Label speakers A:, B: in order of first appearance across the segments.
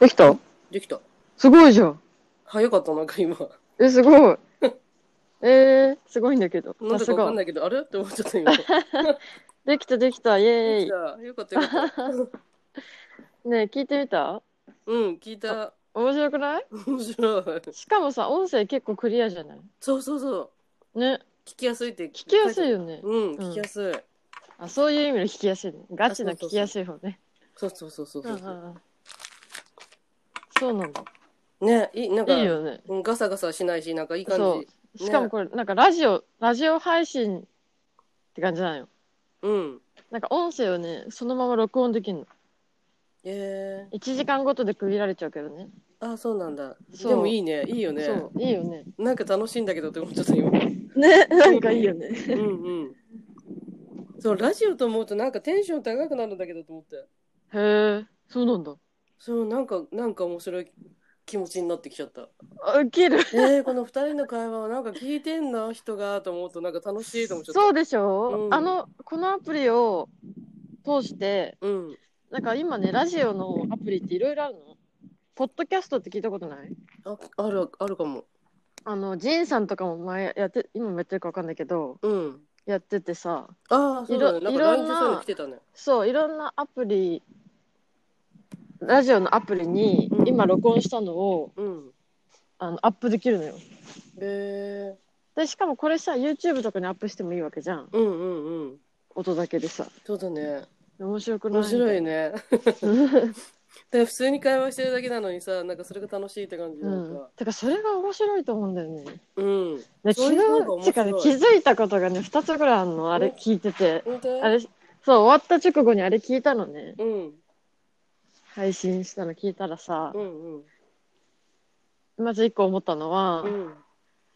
A: できた
B: できた。
A: すごいじゃん。
B: 早かった、なんか今。
A: え、すごい。 えー、すごいんだけど。
B: なん
A: さ
B: ですかわか
A: が
B: ん。ないけど、あれって思っちゃった今。
A: できたできた、イエー
B: じゃあ、よかったよかった。
A: イ。ねえ聞いてみた
B: うん、聞いた。
A: 面白くない
B: 面白い。
A: しかもさ、音声結構クリアじゃない
B: そうそうそう。
A: ね、
B: 聞きやすいって。
A: 聞きやすい。よね。
B: うん、聞きやすい。
A: あ、そういう意味で聞きやすいね。ガチの聞きやすい方ね。
B: そうそうそうそう
A: う
B: そ
A: ん
B: う
A: う
B: そ
A: んうんそうなんだ。
B: う。ね、いい、なんか、
A: いいよね。
B: うんガサガサしないし、なんかいい感
A: そ
B: じ。
A: う。しかもこれ、なんかラジオ、ラジオ配信って感じなのよ。
B: うん。
A: なんか音声をね、そのまま録音できるの。
B: ええ
A: 1時間ごとで区切られちゃうけどね。
B: あ、そうなんだ。
A: そう
B: でもいいね、いいよね。
A: そう、いいよね。
B: なんか楽しいんだけどって思っちゃった今。
A: ね、なんかいいよね。
B: うんうん。そう、ラジオと思うとなんかテンション高くなるんだけどと思って。
A: へえ、そうなんだ。
B: そう、なんか、なんか面白い気持ちになってきちゃった。
A: あ、ウケる。
B: えー、この二人の会話をなんか聞いてんな、人が、と思うとなんか楽しいと思っちゃった。
A: そうでしょ、
B: うん
A: あの、このアプリを通して、
B: う。うん。
A: なんか今ね、ラジオのアプリっていろいろあるの。ポッドキャストって聞いたことない
B: あ、ある、あるかも。
A: あの、ジンさんとかも前やって、今もやってるかわかんないけど、
B: うん。
A: やっててさ、
B: ああ、そうだね。
A: いろ
B: なんか LINE
A: いろ
B: で
A: な
B: そういうの来てたね。
A: そう、いろんなアプリ、ラジオのアプリに
B: うん
A: 今録音したのを、
B: うん。
A: あのアップできるのよ。
B: え
A: で、しかもこれさ、YouTube とかにアップしてもいいわけじゃん。
B: ー、うんうんうん。
A: 音だけでさ。
B: そうだね。
A: 面白くない
B: 面白い
A: ね。
B: ね。で普通に会話してるだけなのにさ、なんかそれが楽しいって感じ
A: う
B: なん
A: ん
B: か。。
A: てか、それが面白いと思うんだよね。
B: うん。
A: で
B: そう
A: 昨
B: いうのが
A: 日、
B: 面白い
A: てかね、気づいたことがね、2つぐらいあるの、あれ聞いてて。
B: 本当
A: あれ、そう、終わった直後にあれ聞いたのね。
B: うん。
A: 配信したの聞いたらさ
B: う、んうん。
A: まず1個思ったのは
B: う、ん。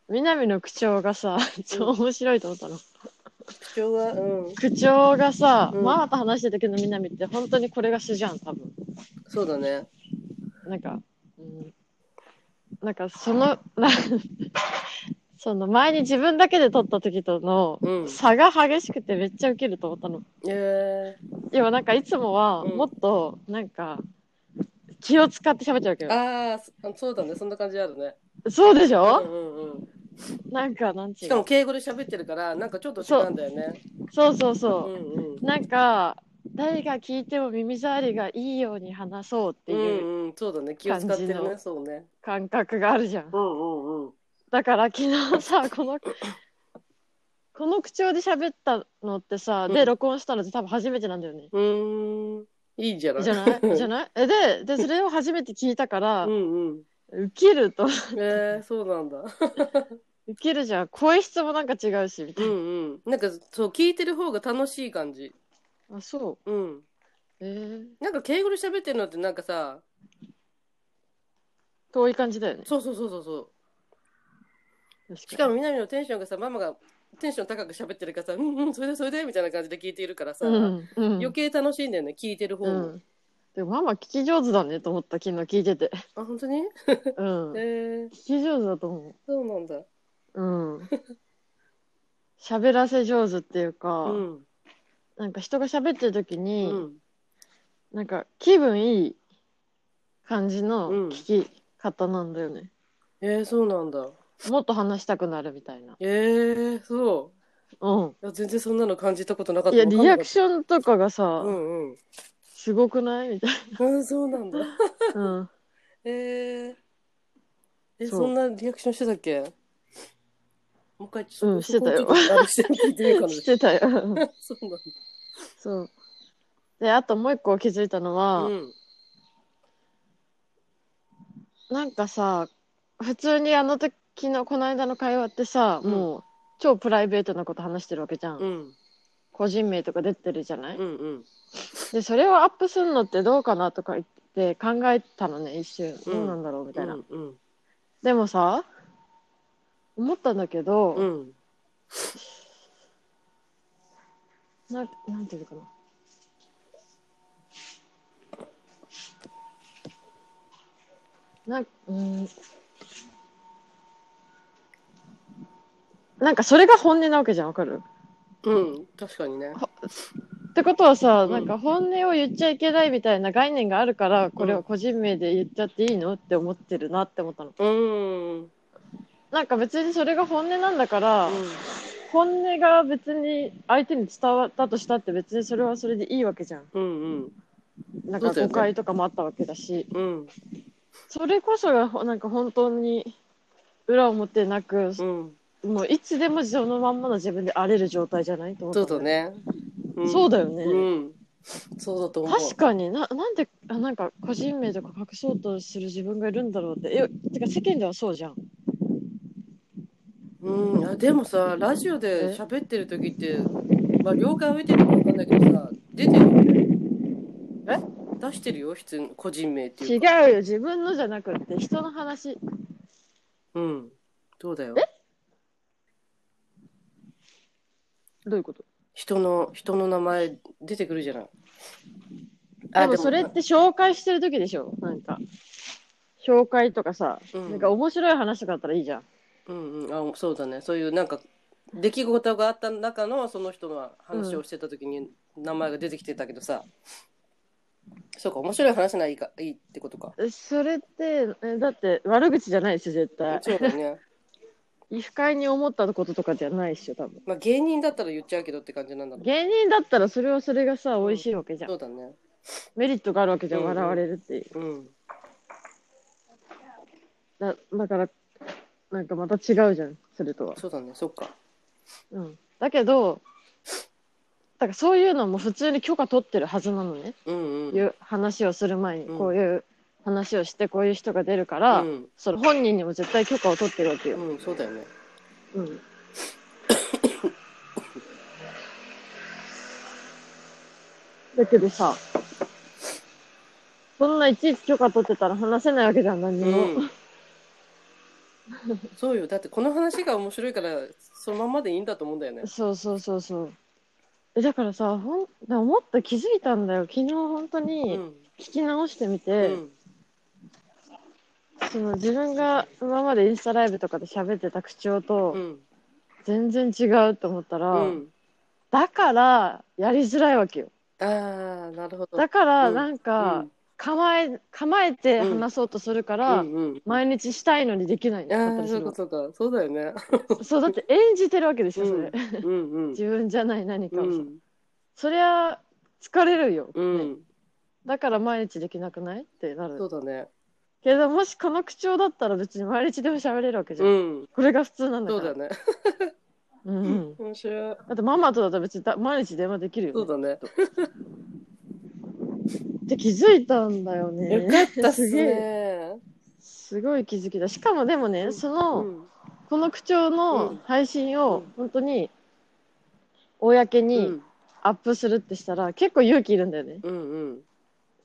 A: 南の口調がさ、超面白いと思ったの。
B: 口調が、うん。
A: 口調がさ、
B: うん
A: ママと話してたけど南って本当にこれが主じゃん、多分。
B: そうだね。
A: なんか、うん。なんか、その、 なその前に自分だけで撮った時との
B: うん。
A: 差が激しくてめっちゃウケると思ったの。
B: え
A: 要はなんかいつもは
B: うん
A: もっとなんか気を使って喋っちゃうわけ
B: ー、
A: ど
B: ああ、そそうだね。そんな感じあるね。
A: そうでし
B: うん
A: ょ、
B: うんうん。
A: なんかなんてい
B: し
A: う
B: かも
A: の
B: 敬語で喋ってるから、なんかちょっと違うんだよね。
A: そうそう
B: う
A: そう、
B: んうん。
A: なんか誰が聞いても耳障りがいいように話そうって
B: う
A: いうん
B: うん、そうだね。気を使ってる
A: 感じ
B: ね。
A: の
B: そうね。
A: 感覚があるじゃん、
B: うんうんうん。
A: だから昨日さこ のこの口調で喋ったのってさ、
B: う
A: で
B: ん
A: 録音したのって多分初めてなんだよね
B: うーん。いいんじゃない
A: じゃないじゃないえででそれを初めて聞いたから、
B: うんうん。
A: ウケると
B: えー、そうなんだ。
A: ウケるじゃん声質もなんか違うしみた
B: う
A: いな、
B: んうん。なんか、そう、聞いてる方が楽しい感じ。
A: あそう
B: うん。
A: えー、
B: なんか敬語で喋ってるのってなんかさ、
A: 遠い感じだよね。
B: そうそうそうそうそう。し
A: 確
B: か
A: か
B: も南のテンションがさ、ママがテンション高く喋ってるからさ、うんうん、それでそれでみたいな感じで聞いているからさ、
A: に。うん、うん。
B: 余計楽しいんだよね、聞いてる方
A: う
B: も。
A: ん。でもママ聞き上手だねと思った昨日聞い てて。
B: あ、本当に
A: うん。
B: え
A: 聞
B: ー、
A: き上手だと思
B: そうなんだ。
A: う。うん。喋らせ上手っていうか、
B: うん。
A: なんか人が喋ってる時
B: う
A: に、
B: ん。
A: なんか気分いい感じ
B: うん
A: の聞き方なんだよね。
B: えー、そうなんだ。
A: もっと話したくなるみたいな。
B: えー、そうう。いや全然そんなの感じたことなかっ
A: ん。
B: た。
A: いや、リアク
B: シ
A: ションとかがさ、
B: うんうん。
A: すごくないみたい
B: うん、そうなんだ。
A: な。うん。
B: えー、え、
A: そう
B: そんなリアクションしてたっけもう一回ち
A: うんしてたよ
B: そこをちょっとあのして聞いてみようかな
A: してたよ。
B: そうなんだ。
A: そう。で、あともう一個気づいたのは、
B: うん。
A: なんかさ、普通にあの時の、この間の会話ってさ、
B: うん
A: もう超プライベートなこと話してるわけじゃん。
B: うん。
A: 個人名とか出てるじゃない、
B: うんうん。
A: で、それをアップするのってどうかなとか言って考えたのね、一瞬。
B: うん
A: どうなんだろうみたいな。
B: うんうん。
A: でもさ、思ったんだけど、
B: うん。
A: ななんていうのかななんうーんなんかそれが本音なわけじゃんわかる
B: うん、確かにね。
A: ってことはさ、
B: うん
A: なんか本音を言っちゃいけないみたいな概念があるから、これを個人名で言っちゃっていいのって思ってるなって思ったの。
B: うん。
A: なんか別にそれが本音なんだから、
B: うん
A: 本音が別に相手に伝わったとしたって別にそれはそれでいいわけじゃん。
B: うん
A: なん
B: そ
A: か
B: うだ
A: 誤
B: よね
A: 解とかもあったわけだし、
B: うん
A: それこそがほなんか本当に裏表なく、
B: うん
A: もういつでもそのまんまの自分で荒れる状態じゃないと思ったん
B: そうだ
A: よ。
B: ね
A: そう
B: だ
A: だよね。
B: うんそうだと思う
A: 確かにななんであなんか個人名とか隠そうとする自分がいるんだろうってえてか世間ではそうじゃん
B: うんあでもさラジオで喋ってる時ってまあ了解を得てるか分かんないけどさ出てるよねえ出してるよ普通に個人名ってい
A: 違
B: うか
A: うよ自分のじゃなくって人の話
B: うんそうだよ
A: どういうこと
B: 人の人の名前出てくるじゃない
A: でもそれって紹介してる時でしょなんか紹介とかさ、
B: うん
A: なんか面白い話とかあったらいいじゃん
B: うんうん、あそうだねそういうなんか出来事があった中のその人の話をしてた時に名前が出てきてたけどさ、そうか面白い話ないいかいいってことか
A: えそれってえだって悪口じゃないですよ絶対
B: そうだね、
A: 不快に思ったこととかじゃないっしょ多分
B: まあ、芸人だったら言っちゃうけどって感じなんだろう
A: 芸人だったらそれはそれがさ
B: ん
A: 美味しいわけじゃん、
B: そうだね
A: メリットがあるわけじゃん
B: うんうん
A: 笑われるっていう
B: うん
A: だだからなんかまた違うじゃんそれとは
B: そうだねそっか
A: うん、だけどだからそういうのも普通に許可取ってるはずなのね、
B: うんうん
A: いう話をする前に
B: うん
A: こういう話をしてこういう人が出るから、
B: うん
A: その本人にも絶対許可を取ってるわけよ、
B: うん、そうだよね
A: うん、だけどさそんないちいち許可取ってたら話せないわけじゃん何に
B: う
A: も、
B: んそうよだってこの話が面白いからそのままでいいんだと思うんだよね
A: そうそうそうそうえだからさほんだ思った気づいたんだよ昨日本当
B: う
A: に
B: ん
A: 聞き直してみ
B: う
A: て、
B: ん
A: その自分が今までインスタライブとかで喋ってた口調
B: う
A: と
B: ん
A: 全然違うと思ったら、
B: うん
A: だからやりづらいわけよ
B: ああなるほど
A: だから
B: うん
A: なんか構え,、構えて話そうとするか
B: うん
A: ら、
B: うんうん、
A: 毎日したいのにできないんだっ
B: あ
A: た
B: あ
A: り
B: そ
A: す
B: う
A: る
B: かそうかそうだ よね。
A: そうだって演じてるわけですよそれ、
B: うんうん
A: 自分じゃない何か
B: う
A: をさ、
B: ん
A: そりゃ疲れるよ、
B: う
A: ね
B: ん
A: だから毎日できなくないってなる
B: そうだね。
A: けどもしこの口調だったら別に毎日でも喋れるわけじゃん、
B: うん
A: これが普通なんだ
B: そ
A: か
B: う
A: ら
B: だね。
A: うんうん
B: 面白い。
A: だってママとだったら別にだ毎日電話できるよ、ね、
B: そうだね。
A: って気づいたんだよね
B: よかったっ
A: す
B: す
A: げえ
B: ね。
A: すごい気づきだしかもでもね、
B: うん
A: そうの、
B: ん
A: この口調
B: う
A: の
B: ん
A: 配信を
B: うん
A: 本当に公
B: う
A: に
B: ん
A: アップするってしたら結構勇気いるんだよね
B: うん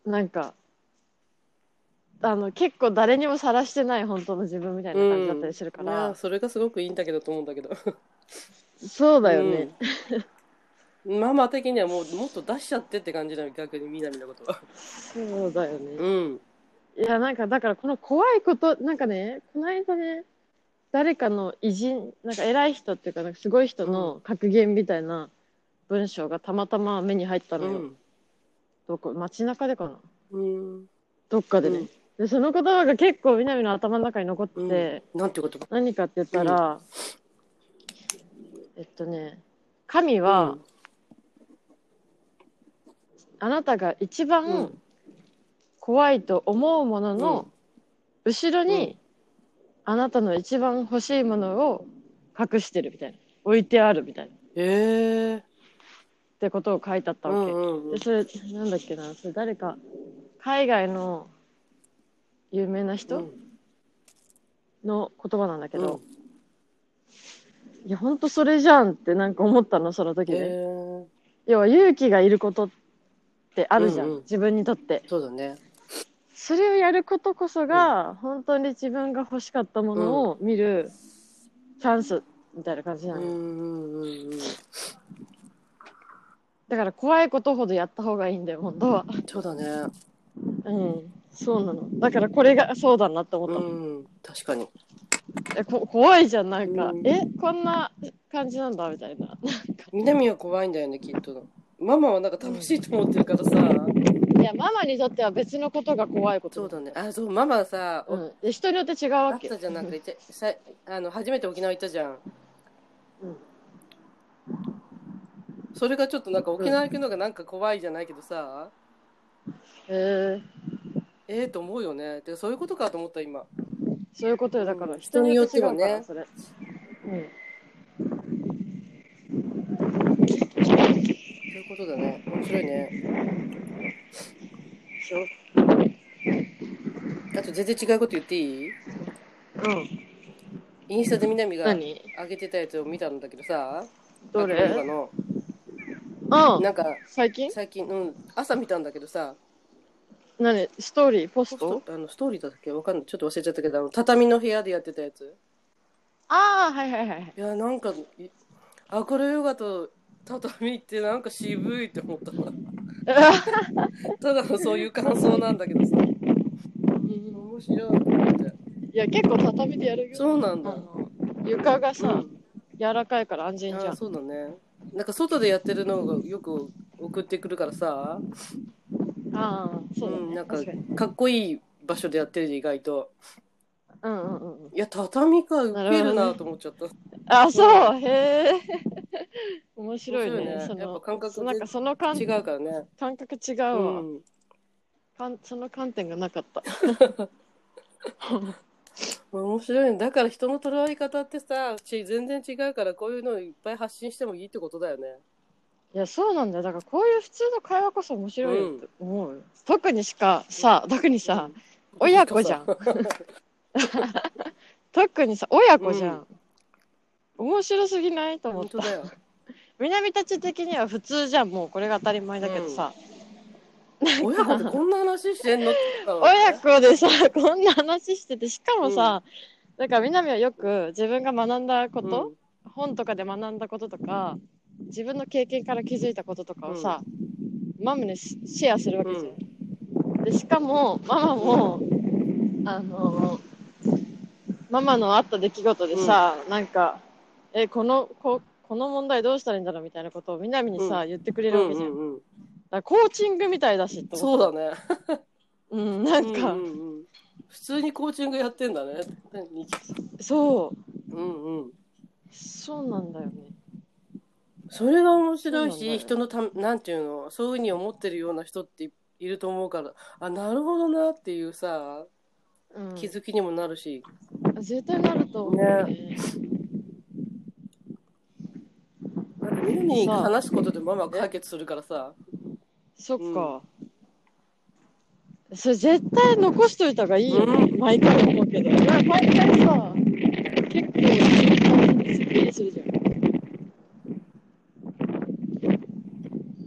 A: なんかあの結構誰にもさらしてない本当の自分みたいな感じだったりするか
B: うん。いや
A: ら
B: ー、それがすごくいいんだけどと思うんだけど。
A: そうだよね、
B: うん。ママ的にはもうもっと出しちゃってって感じだよ逆にみなみのことは。
A: そうだよね、
B: うん
A: いや、なんか、だから、この怖いこと、なんかね、この間ね、誰かの偉人、なんか偉い人っていうか、なんかすごい人の格言みたいな文章がたまたま目に入った
B: う
A: のよ。
B: ん
A: どこ、街中でかな
B: うん。
A: どっかでね。で、その言葉が結構、みなみの頭の中に残ってて、
B: うんなんてことか。
A: 何かって言ったら、えっとね、神は、あなたが一
B: う
A: 番
B: ん
A: 怖いと思うもの
B: うん
A: の、後ろ
B: う
A: にあなたの一番欲しいものを隠してるみたいな置いてあるみたいなっ
B: ええ。
A: てことを書いてあったわけ、
B: うんうん
A: でそれなんだっけなそれ誰か海外の有名な人の言葉なんだけど、いやほんとそれじゃんってなんか思ったのその時ね、
B: えー
A: 要は勇気がいることってあるじゃん、
B: うんうん
A: 自分にとって
B: そうだね。
A: それをやることこそが、本当に自分が欲しかったものを見るチャンスみたいな感じ
B: う
A: なの、
B: んうんうんうん。
A: だから怖いことほどやった方がいいんだよ本当は
B: そうだね。
A: うんそうなのだからこれがそうだなって思っ
B: う
A: た、
B: ん。確かに。
A: えこ怖いじゃんなんか、
B: うん
A: えこんな感じなんだみたいな
B: 南は怖いんだよね、きっと。ママはなんか楽しいと思ってるからさ、
A: いや、ママにとっては別のことが怖いこと。
B: そうだねあそうママはさ、
A: う
B: お
A: ん。で人によって違う
B: あ
A: わ
B: っ
A: け
B: た
A: よ。
B: じゃんなんかいてさあの初めて沖縄行ったじゃん、
A: うん
B: それがちょっとなんか沖縄行くのがなんか怖いじゃないけどさ、
A: へえ
B: ええと思うよねてかそういうことかと思った今
A: そういうことよ。だか
B: う
A: ら、
B: ん
A: 人によって違うか
B: 人によ
A: ら、
B: っ
A: それ。うん。
B: そういうことだね面白いね
A: しょ
B: あと全然違うこと言ってい
A: う
B: い
A: ん。
B: インスタで南が
A: 何
B: 上げてたやつを見たんだけどさ
A: ど
B: なんか
A: れ
B: の
A: うん。
B: なんか
A: 最近
B: 最近、うん、朝見たんだけどさ
A: 何ストーリーポス
B: ポスト
A: ト
B: あのストーリーだっけわかんないちょっと忘れちゃったけどあの畳の部屋でやってたやつ
A: ああ、はいはいはいはい。
B: いやなんかいアクロヨガと畳ってなんか渋いって思ったな
A: うわ
B: ただのそういう感想なんだけどさ面白いと思って
A: いや、結構畳でやるよ。
B: そうなんだ
A: あの床がさ、
B: うん
A: 柔らかいから安
B: い
A: 全じゃ
B: や
A: ん。
B: そうだねなんか外でやってるのがよく送ってくるから
A: あ
B: さ
A: あ、そうだね。
B: うんなんか
A: 確に
B: かっこいい場所でやってる意外と
A: うんうんうんうん。
B: いや畳かウケる
A: なるほど
B: な
A: ね
B: と思っちゃった、
A: あ、そう、へえ。 面白いね。
B: 面白いね
A: そ
B: やっ
A: の
B: ぱ感覚
A: なんかその感
B: 違うからね、
A: 感覚違うわ、
B: うん、
A: かん。その観点がなかった。
B: 面白いねだから人の捉え方ってさち全然違うからこういうのをいっぱい発信してもいいってことだよね
A: いや、そうなんだよ。だからこういう普通の会話こそ面白いよって思うよ。特にしか、さ、特にさ、親子じゃん。特にさ、親子じゃん。面白すぎないと思っ
B: 本
A: た
B: 当。だよ
A: 南たち的には普通じゃん。もうこれが当たり前だけどさ。
B: 親子でこんな話し てんのって言ったのね
A: 親子でさ、こんな話してて、しかもさ、なんか南はよく自分が学んだこと、本とかで学んだこととか自分の経験から気づいたこととかをさ、ママにシシェアするわけじゃん。でしかもママも、あのママのあった出来事でさ、なんか「えこのここの問題どうしたらいいんだろう?」みたいなことをみなみにさ、言ってく
B: う
A: れ
B: ん
A: るわけじゃん。
B: うんうんうん
A: だからコーチングみたいだしと
B: そうだね
A: う、ん、なんか、
B: うんうんうん普通にコーチングやってんだね
A: そう
B: うんうん
A: そうなんだよね。
B: それが面白い
A: そうなんだ
B: し
A: よ
B: 人のたなんていうのそういうふうに思ってるような人っていいると思うからあなるほどなっていうさ
A: うん、
B: 気づきにもなるし、
A: 絶対なると思うね。
B: なんかみんなに話すことでママは解決するからさ
A: そっか。それ絶対残しといた方がいいよ、ね毎回思うけど。いや、毎回さ、結構、すっきりするじゃん。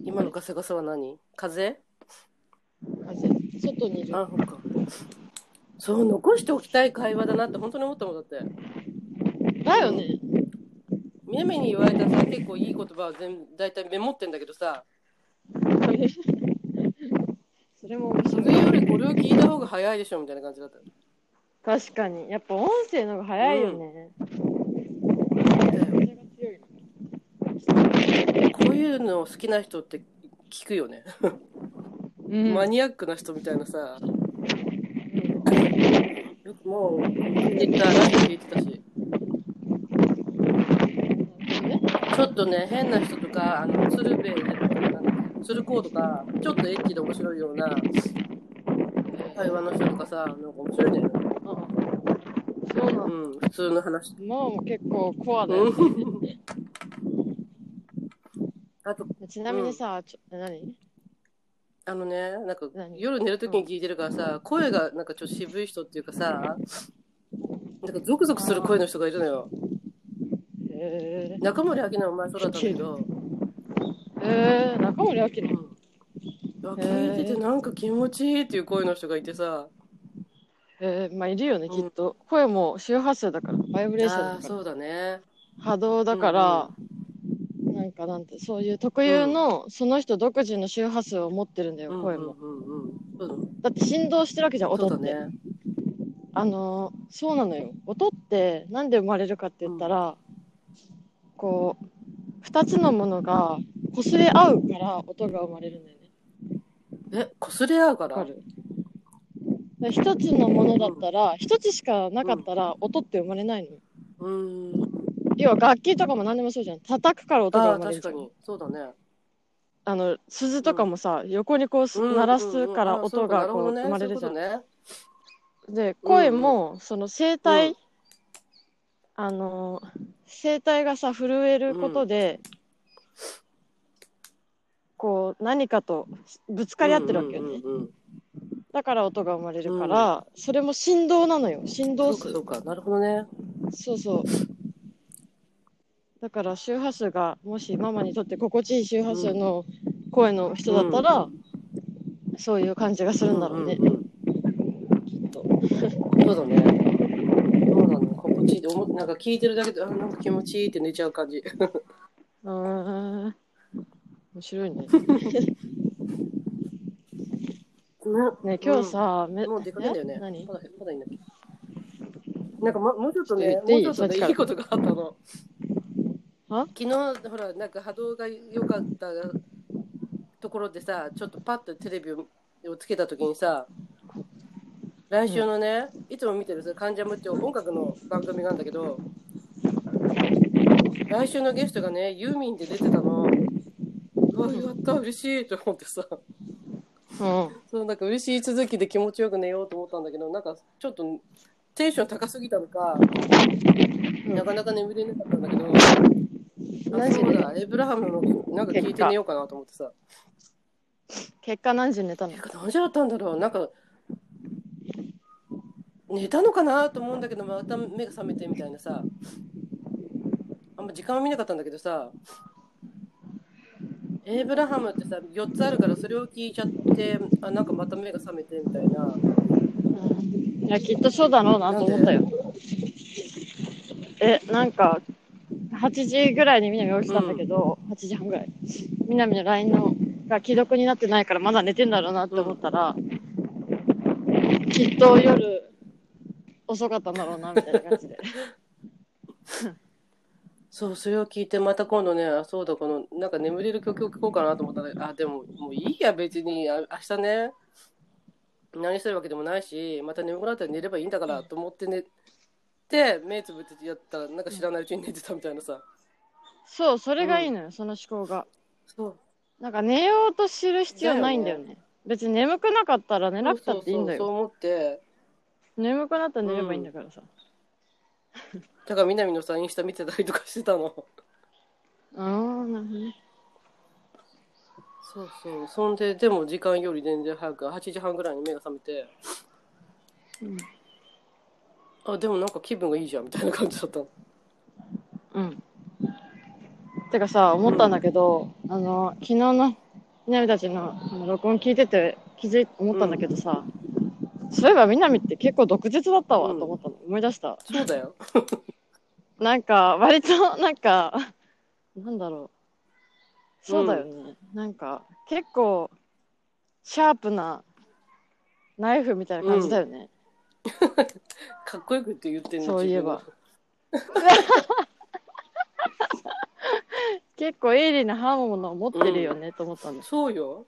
B: 今のガサガサは何風
A: あぜ外にいる。
B: あそっかそう残しておきたい会話だなって本当に思ったもんだって
A: だよね。
B: みなみに言われたさ結構いい言葉は全大体メモってんだけどさ
A: それも面
B: そ
A: 白
B: れ
A: い。
B: よりこれを聞いた方が早いでしょみたいな感じだった
A: 確かに。やっぱ音声の方が早いよね。それが強いの
B: こういうの好きな人って聞くよね、
A: うん
B: マニアックな人みたいなさ
A: うん
B: よくもうツイッターラジオ聞いてたしちょっとね変な人とかあの鶴瓶鶴光とかちょっとエッチで面白いような会話の人とかさなんか面白いね
A: そうなの
B: う。ん普通の話
A: ママも結構コアだよね。
B: うんあと
A: ちなみにさ、ちょ何
B: あのねなんか
A: 何
B: 夜寝るときに聞いてるからさ声がなんかちょっと渋い人っていうかさなんかゾクゾクする声の人がいるのよ
A: えー、
B: 中森明菜は前そうだったんだけど、
A: えー、中森明菜。
B: うんあ聞いててなんか気持ちいいっていう声の人がいてさ
A: えー、まあいるよね、
B: うん
A: きっと。声も周波数だから、バイブレーション
B: あ
A: だ
B: ー
A: から、
B: そうだね
A: 波動だから、なんかなんて、そういう特有の、その人独自の周波数を持ってるんだよ、声も。
B: うんうんうんうん
A: だって振動してるわけじゃん、
B: そう
A: 音
B: だ
A: って。
B: ね
A: あのーそうなのよ。音ってなんで生まれるかって言ったら、こう、二つのものが擦れ合うから音が生まれるんだよね。
B: え、擦れ合うか。
A: わからるだから一つのものだったら、一つしかなかったら音って生まれないのよ。
B: うーん。
A: 要は楽器とかも何でもそうじゃん。叩くから音
B: あ
A: が
B: あ、
A: 生まれる
B: 確
A: じゃ
B: か
A: ん。
B: に。そうだね。
A: あの、鈴とかもさ、横にこうす
B: うん
A: 鳴らすから音がこう
B: うんんあ
A: 生
B: そうか
A: ま
B: な
A: れ
B: る
A: る
B: ほ
A: じゃ
B: ど
A: ん。
B: ねそういうこ
A: で、声
B: うんうん
A: も、その声
B: う
A: 帯
B: ん、
A: あの、声帯がさ、震えることで、こう、何かとぶつ
B: と
A: かり
B: ね
A: 合ってるわけよね。
B: うんうんうんうん
A: だから音が生まれるから、それも振動なのよ。振動数。
B: そうか、そうか。なるほどね。
A: そうそう。だから周波数がもしママにとって心地いい周波数の声の人だったら、そういう感じがするんだろうね、
B: んんうんきっと。そうだね。そうなの。心地いいって思う、なんか聞いてるだけで、あ、なんか気持ちいいって寝ちゃう感じ。
A: うん、ん面白いねね今日さ、め
B: もう出かけんだよね。
A: え何
B: まだまだいいんだけどなんか、ま、もうちょっと
A: ちょ
B: ね
A: っ、と言っ
B: もう
A: ていい
B: ちょっと
A: さっ
B: ね、
A: きから
B: いいことがあったの。
A: あ
B: 昨日、ほら、なんか波動が良かったところでさ、ちょっとパッとテレビをつけたときにさ、来週のね、いつも見てるさ、関ジャムっていう音楽の番組なんだけど、来週のゲストがね、ユーミンで出てたの。うわ、やった、嬉しいと思ってさ。
A: うん、
B: そうなんか嬉しい続きで気持ちよく寝ようと思ったんだけどなんかちょっとテンション高すぎたのか、なかなか眠れなかったんだけどあ
A: 何時
B: そう
A: に
B: だエイブラハムのなんか聞いて寝ようかなと思ってさ
A: 結果何時に寝たの
B: てか何時だったんだろうなんか寝たのかなと思うんだけどまた目が覚めてみたいなさあんま時間は見なかったんだけどさエイブラハムってさ4つあるからそれを聞いちゃってあなんかまた目が覚めてみたいな。
A: うんいやきっとそうだろうなと思ったよえなんか8時ぐらいにみなみが起きたんだけど、8時半ぐらいみなみの LINE のが既読になってないからまだ寝てんだろうなって思ったら、きっと夜遅かったんだろうなみたいな感じ で
B: そう、それを聞いて、また今度ね、あそうだ、この、なんか眠れる曲を聴こうかなと思ったら、あ、でも、もういいや、別に、あ明日ね、何するわけでもないし、また眠くなったら寝ればいいんだから、と思って寝て、目つぶってやったら、なんか知らないうちに寝てたみたいなさ。
A: そうそれがいいのよ、その思考が
B: そう。
A: なんか寝ようと知る必要ないんだよね別に眠くなかったら寝なくたっていいんだよ
B: そうそうそう思って、
A: 眠くなったら寝ればいいんだからさ
B: だから、みなみのさ、インスタ見てたりとかしてたの。
A: ああなるほどね
B: そうそう。そんで、でも、時間より全然早く、8時半ぐらいに目が覚めて、
A: うん
B: あ、でもなんか気分がいいじゃん、みたいな感じだったの。
A: うん。てかさ、思ったんだけど、あの、昨日のみなみたちのあの録音聞いてて気づい、思ったんだけどさ、そういえばみなみって結構毒舌だったわ、
B: うん
A: と思ったの。思い出した。
B: そうだよ。
A: なんか、割と、なんか、なんだろう。そうだよね。なんか、結構、シャープな、ナイフみたいな感じだよね。
B: かっこよくって言ってんの
A: そういえば
B: 自分が
A: 結構鋭利な刃物を持ってるよね、と思ったんです。
B: そうよ。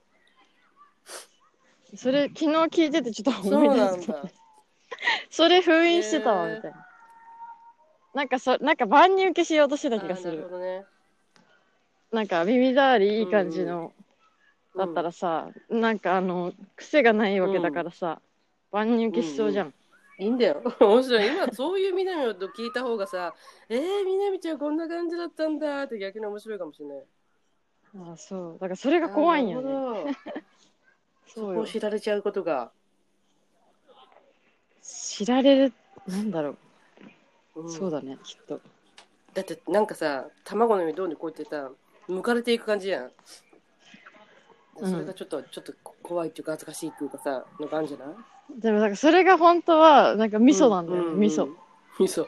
A: それ、昨日聞いててちょっと
B: そ
A: 思いう出
B: な
A: し
B: ん
A: た。
B: だ。
A: それ封印してたわ、
B: へー
A: みたいな。なんかそ、なんか万人受けしようとしてた
B: あ
A: 気が
B: ー
A: す
B: なる
A: る
B: ほ。どね。
A: なんか耳障りいい感じの、だった
B: ら、
A: らさ、なんかあの、癖がないわけだからさ、万人受けしそうじゃん。
B: いいんだよ。面白い。今、そういうみなみを聞いた方がさ、えー、みなみちゃんこんな感じだったんだって逆に面白いかもしれない。
A: ああ、そう。だからそれが怖いんよ
B: あー
A: ね。
B: なるほど
A: そう
B: も
A: よ
B: う。知られちゃうことが。
A: 知られる、なんだろ
B: う
A: う。
B: ん
A: そうだね、きっと。
B: だって、なんかさ、卵のようにどうにこうやってさ、剥かれていく感じじゃん。
A: うん
B: それがちょっと、ちょっと怖いっていうか恥ずかしいっていうかさ、のがあるんじゃない
A: でもなんかそれが本当は、なんか味噌なんだよ、ね味噌。。
B: 味噌。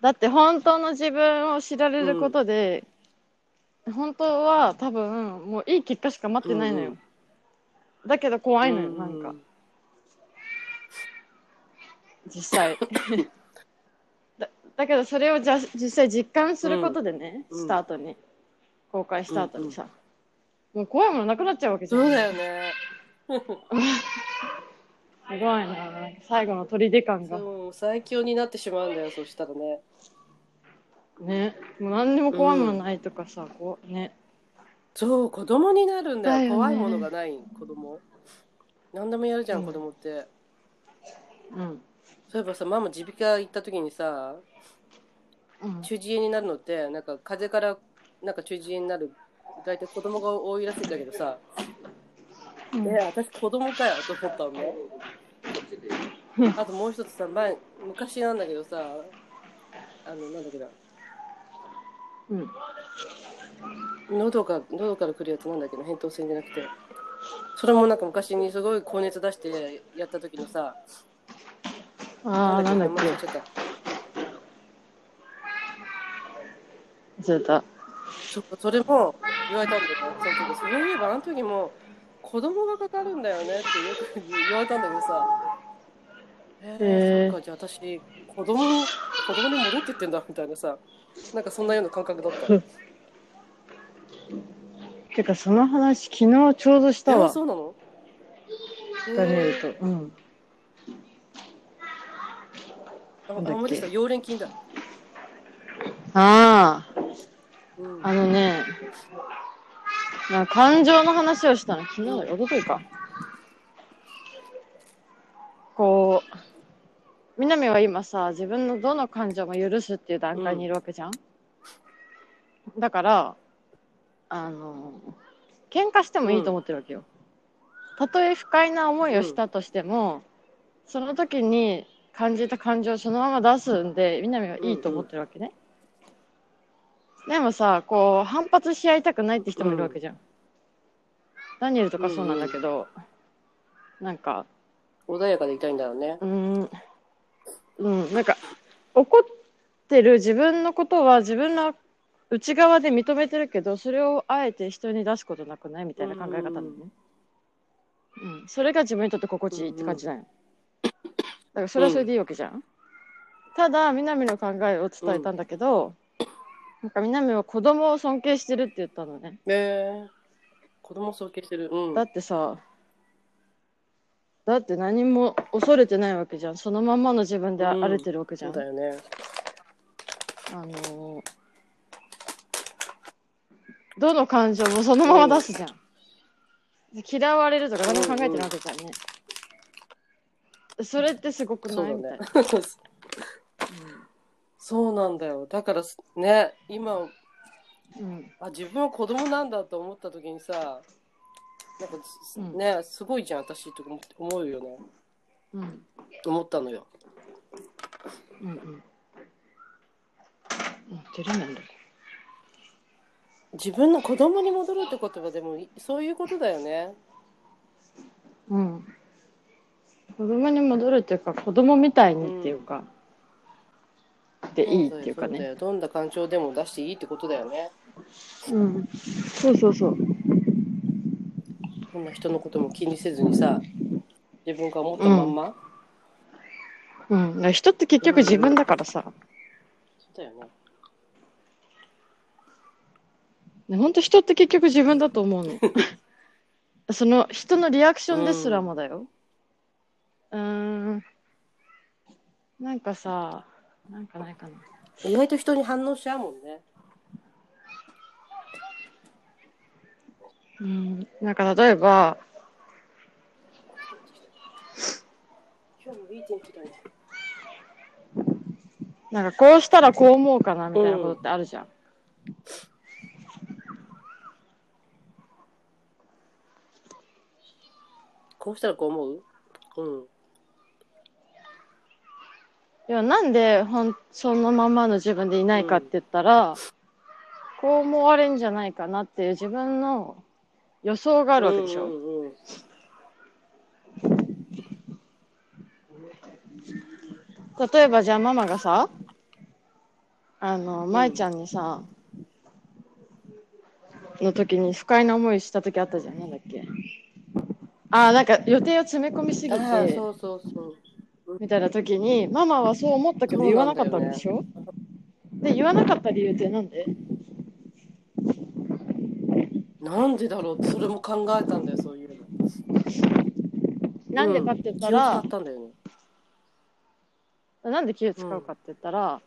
A: だって本当の自分を知られることで、本当は多分もういい結果しか待ってないのよ、
B: うん
A: だけど怖いのよ、なん
B: う
A: か実際だだけどそれをじゃ実際実感することでね、
B: うん
A: した後に公開した後にさ、うわ怖いものなくなっちゃうわけじゃん。
B: そうだよね。
A: すごいな。最後の砦感が。
B: そう最強になってしまうんだよ、そしたらね。
A: ね。もう何にも怖いものないとかさ、こう、ね。
B: そう、子供になるんだよ。
A: だよね
B: 怖いものがない子供。何でもやるじゃん、
A: うん
B: 子供って。
A: うん。
B: そういえばさ、ママ、耳鼻科行った時にさ、
A: うん、
B: 中耳炎になるのって、なんか風邪から、なんか中耳炎になる。大体子供が多いらしいんだけどさ、え、私子供かよと思ったのね
A: うん。
B: あともう一つさ、前、昔なんだけどさ、あの、なんだっけな、
A: うん。
B: 喉が喉からくるやつなんだけど扁桃腺じゃなくてそれもなんか昔にすごい高熱出してやった時のさ
A: ああ、なんだっ
B: 名前忘れちゃっ
A: け。忘れた。
B: たそっかそれも言われたんだけどその時そういえばあの時も子供がかかるんだよねってよく言われたんだけどさ
A: へ
B: えー、
A: ー
B: そっかじゃあ私子供子供に戻ってってんだみたいなさなんかそんなような感覚だった
A: てか、その話、昨日ちょうどした
B: え
A: わ。
B: そうなの
A: ダニエル
B: えー
A: と。うん。
B: あ
A: なんだっけ
B: 思い出した溶連菌だ、
A: ああ、
B: うん
A: あのね。まあ、感情の話をしたの、昨日、おとといか。こう、南は今さ、自分のどの感情も許すっていう段階にいるわけじゃん。だから、あの、喧嘩してもいいと思ってるわけよ。たとえ不快な思いをしたとしても、その時に感じた感情をそのまま出すんで、南はいいと思ってるわけね。でもさ、こう、反発し合いたくないって人もいるわけじゃん。ダニエルとかそうなんだけど、なんか、
B: 穏やかでいたいんだよね
A: うーん、うん、なんか、怒ってる自分のことは自分の内側で認めてるけど、それをあえて人に出すことなくないみたいな考え方なのね。うん、それが自分にとって心地いいって感じなんよ。だからそれはそれでいいわけじゃん。ただ、みなみの考えを伝えたんだけど、なんかみなみは子供を尊敬してるって言ったのね。
B: えー、子供尊敬してる。うん。
A: だってさだって何も恐れてないわけじゃんそのまんまの自分で
B: うん
A: 荒れてるわけじゃん、
B: そうだよね。
A: あのーどの感情もそのまま出すじゃん、嫌われるとか何も考えてないわけじゃんね、それってすごく
B: そ
A: な
B: う
A: い、
B: だ
A: みたい
B: ね
A: な、。
B: そうなんだよ。だからすね、今
A: うん
B: あ自分は子供なんだと思った時にさ、なんかす
A: うん
B: ね、すごいじゃん私とか思思うよね。
A: うんうん
B: 思ったのよ。
A: うんうんうん照れないんだ
B: 自分の子供に戻るってことはでもいそういうことだよね。
A: うん子供に戻るっていうか子供みたいにっていうか、でいいっていうかね
B: そだよ。どんな感情でも出していいってことだよね。
A: うんそうそうそう。
B: そんな人のことも気にせずにさ、自分が思ったまんま。
A: うん、だから人って結局自分だからさ、
B: そうだよね。
A: ねほんと人って結局自分だと思う の。その人のリアクションですらもだよ。うーん。なんかさ、なんかないかな。
B: 意外と人に反応しちゃうもんね。
A: うん、なんか例えば、
B: 今日もいい天気だね。
A: なんかこうしたらこう思うかなみたいなことってあるじゃん。
B: こうしたらこう思ううん。
A: いやなんでほんそのままの自分でいないかって言ったら、こう思われんじゃないかなっていう自分の予想があ
B: あ
A: るわけでしょ。
B: うんうん
A: 例えばじゃあママがさあの舞ちゃんにさ、の時に不快な思いした時あったじゃんなんだっけあーなんか予定を詰め込みすぎ
B: ああ、
A: て
B: そうそうそう。
A: みたいな時にママはそう思ったけど言わなかったんでしょ、で言わなかった理由ってなんで
B: なんでだろうってそれも考えたんだよそういうの
A: なんでかって言った
B: う
A: ら
B: ん気を使っ、たんだよね
A: なんで気を使うかって言ったら、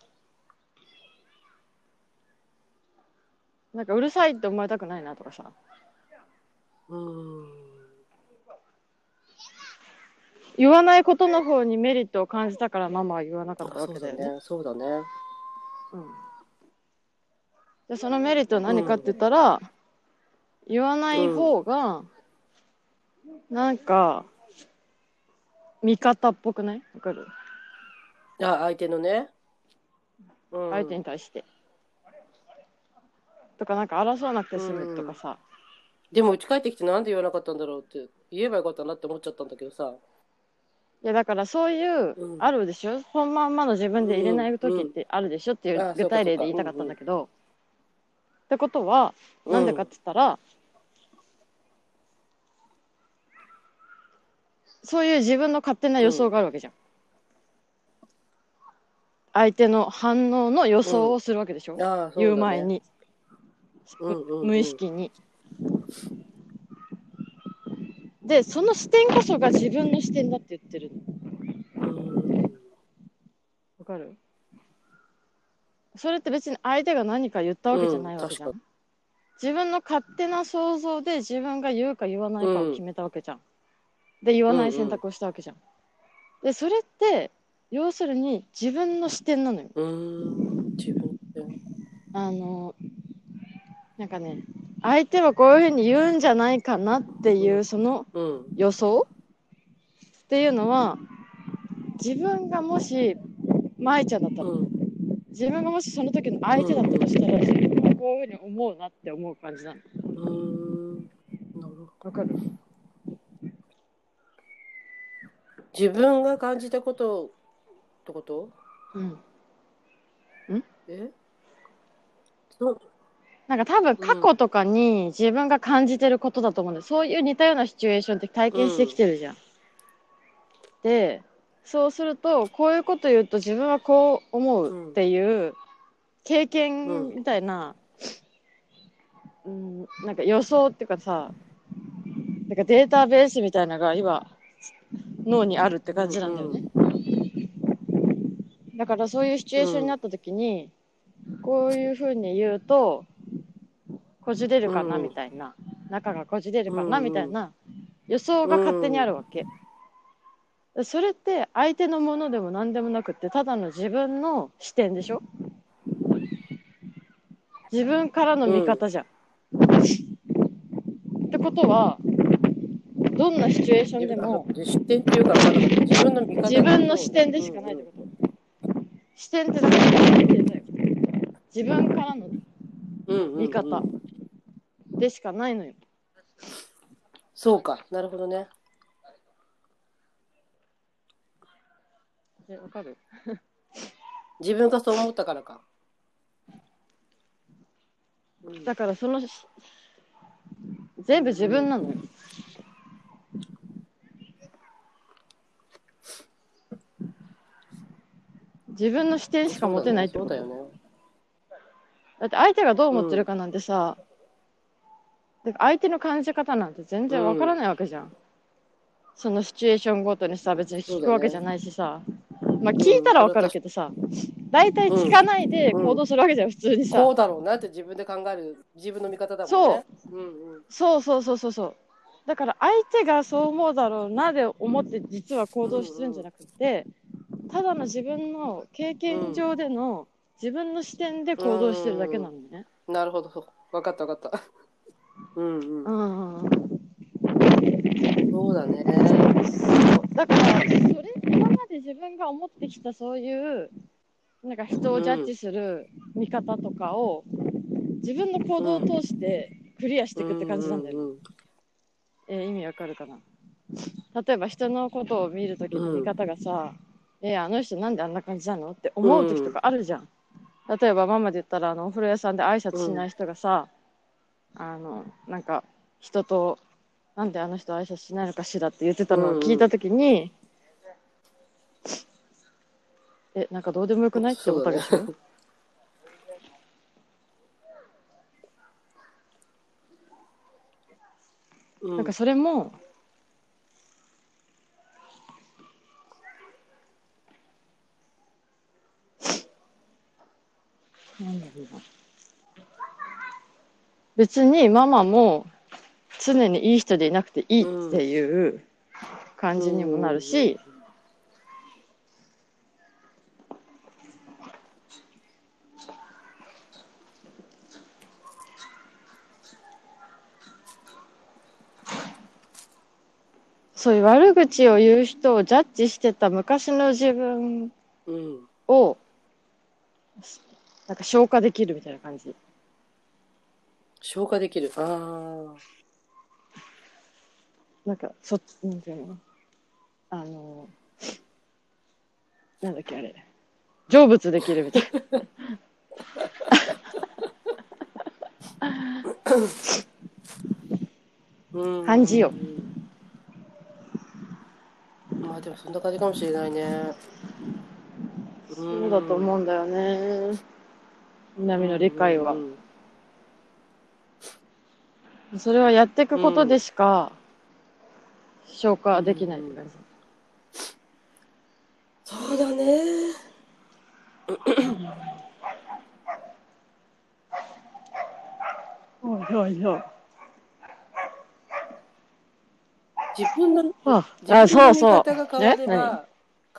A: なんかうるさいって思われたくないなとかさ
B: うん
A: 言わないことの方にメリットを感じたからママは言わなかったわ
B: そ
A: け
B: う
A: だ
B: だ
A: よね
B: ねそうだね
A: うんでそのメリットは何かって言ったら、言わない方が、なんか味方っぽくないわかる、
B: あ相手のね、うん
A: 相手に対してとかなんか争わなくて済むとかさ、
B: でも家帰ってきてなんで言わなかったんだろうって言えばよかったなって思っちゃったんだけどさ
A: いやだからそういう、
B: うん
A: あるでしょそのまんまの自分で入れない時ってあるでしょってい
B: あそう
A: う
B: か
A: 具体例で言いたかったんだけど、ってことはなんでかって言ったら、そういう自分の勝手な予想があるわけじゃん、相手の反応の予想をするわけでしょ、
B: うんああそうだね
A: 言う前に、
B: うんうんうん
A: 無意識にでその視点こそが自分の視点だって言ってるの
B: うん
A: わかるそれって別に相手が何か言ったわけじゃないわけじゃん、
B: うん
A: 自分の勝手な想像で自分が言うか言わないかを決めたわけじゃん、で言わない選択をしたわけじゃん、でそれって要するに自分の視点なのよ
B: うん自分で
A: あのなんかね相手はこういうふうに言うんじゃないかなっていうその
B: うん
A: 予想っていうのは自分がもし舞ちゃんだったら
B: うん
A: 自分がもしその時の相手だったとしたら、自分はこういうふうに思うなって思う感じなの。
B: うんなるほど
A: わかる
B: 自分が感じたことってこと
A: うん。
B: えそう
A: なんか多分過去とかに自分が感じてることだと思うんで、そういう似たようなシチュエーションって体験してきてるじゃん。で、そうすると、こういうこと言うと自分はこう思うっていう経験みたいな、うん、なんか予想っていうかさ、なんかデータベースみたいなのが今、脳にあるって感じなんだよね。だからそういうシチュエーションになった時に、こういうふうに言うとこじれるかな
B: うん
A: みたいな、中がこじれるか
B: うん
A: な
B: うん
A: みたいな予想が勝手にあるわけ、それって相手のものでも何でもなくってただの自分の視点でしょ自分からの見方じゃん、ってことはどんなシチュエーションでも
B: 自分の視点っていうかなんか自分の見方
A: 自分の視点でしかないってこと、視点ってだから偏見だよ自分からの
B: うんうんうん
A: 見方、
B: うんうん
A: でしかないのよ
B: そうかなるほどね
A: えわかる
B: 自分がそう思ったからか、うん
A: だからその全部自分なのよ自分の視点しか持てないって
B: そ
A: こ
B: う
A: とだ,、
B: だよね
A: って相手がどう思ってるかなんてさ、だから相手の感じ方なんて全然わからないわけじゃん、そのシチュエーションごとにさ別に聞くわけじゃないしさ、まあ聞いたらわかるけどさ大体聞かないで行動するわけじゃん普通にさ、
B: こうだろうなって自分で考える自分の見方だもんねそう、んうん、
A: そうそうそうそうそうだから相手がそう思うだろうなで思って実は行動するんじゃなくてただの自分の経験上での自分の視点で行動してるだけなのね
B: なるほどそう分かった分かったうんうん
A: うんうん
B: そうだね
A: そうだからそれ今まで自分が思ってきたそういうなんか人をジャッジする見方とかを自分の行動を通してクリアしていくって感じなんだよね
B: ううん
A: えー意味わかるかな例えば人のことを見るときの見方がさ、えーあの人なんであんな感じなのって思うときとかあるじゃん、例えばママで言ったらあのお風呂屋さんで挨拶しない人がさ、あのなんか人となんであの人挨拶しないのかしらって言ってたのを聞いたときに、えなんかどうでもよくないって思ったでしょ、
B: うん
A: なんかそれも、なんだろうな別にママも常にいい人でいなくていいっていう感じにもなるし、そういう悪口を言う人をジャッジしてた昔の自分
B: うん
A: をなんか消化できるみたいな感じ
B: 消化できるああ
A: なんかそなんていうのあのなんだっけあれ成仏できるみたいな
B: うん
A: 感じよ
B: まあでもそんな感じかもしれないね
A: そうだと
B: うん
A: 思うんだよね南の理解は
B: うん
A: それはやっていくことでしか消化できないって感じ
B: そうだね
A: そうそうそう
B: 自分の
A: あ
B: 自分
A: そ
B: の
A: うそう
B: 見方が変わ
A: ね
B: れ
A: 何
B: ば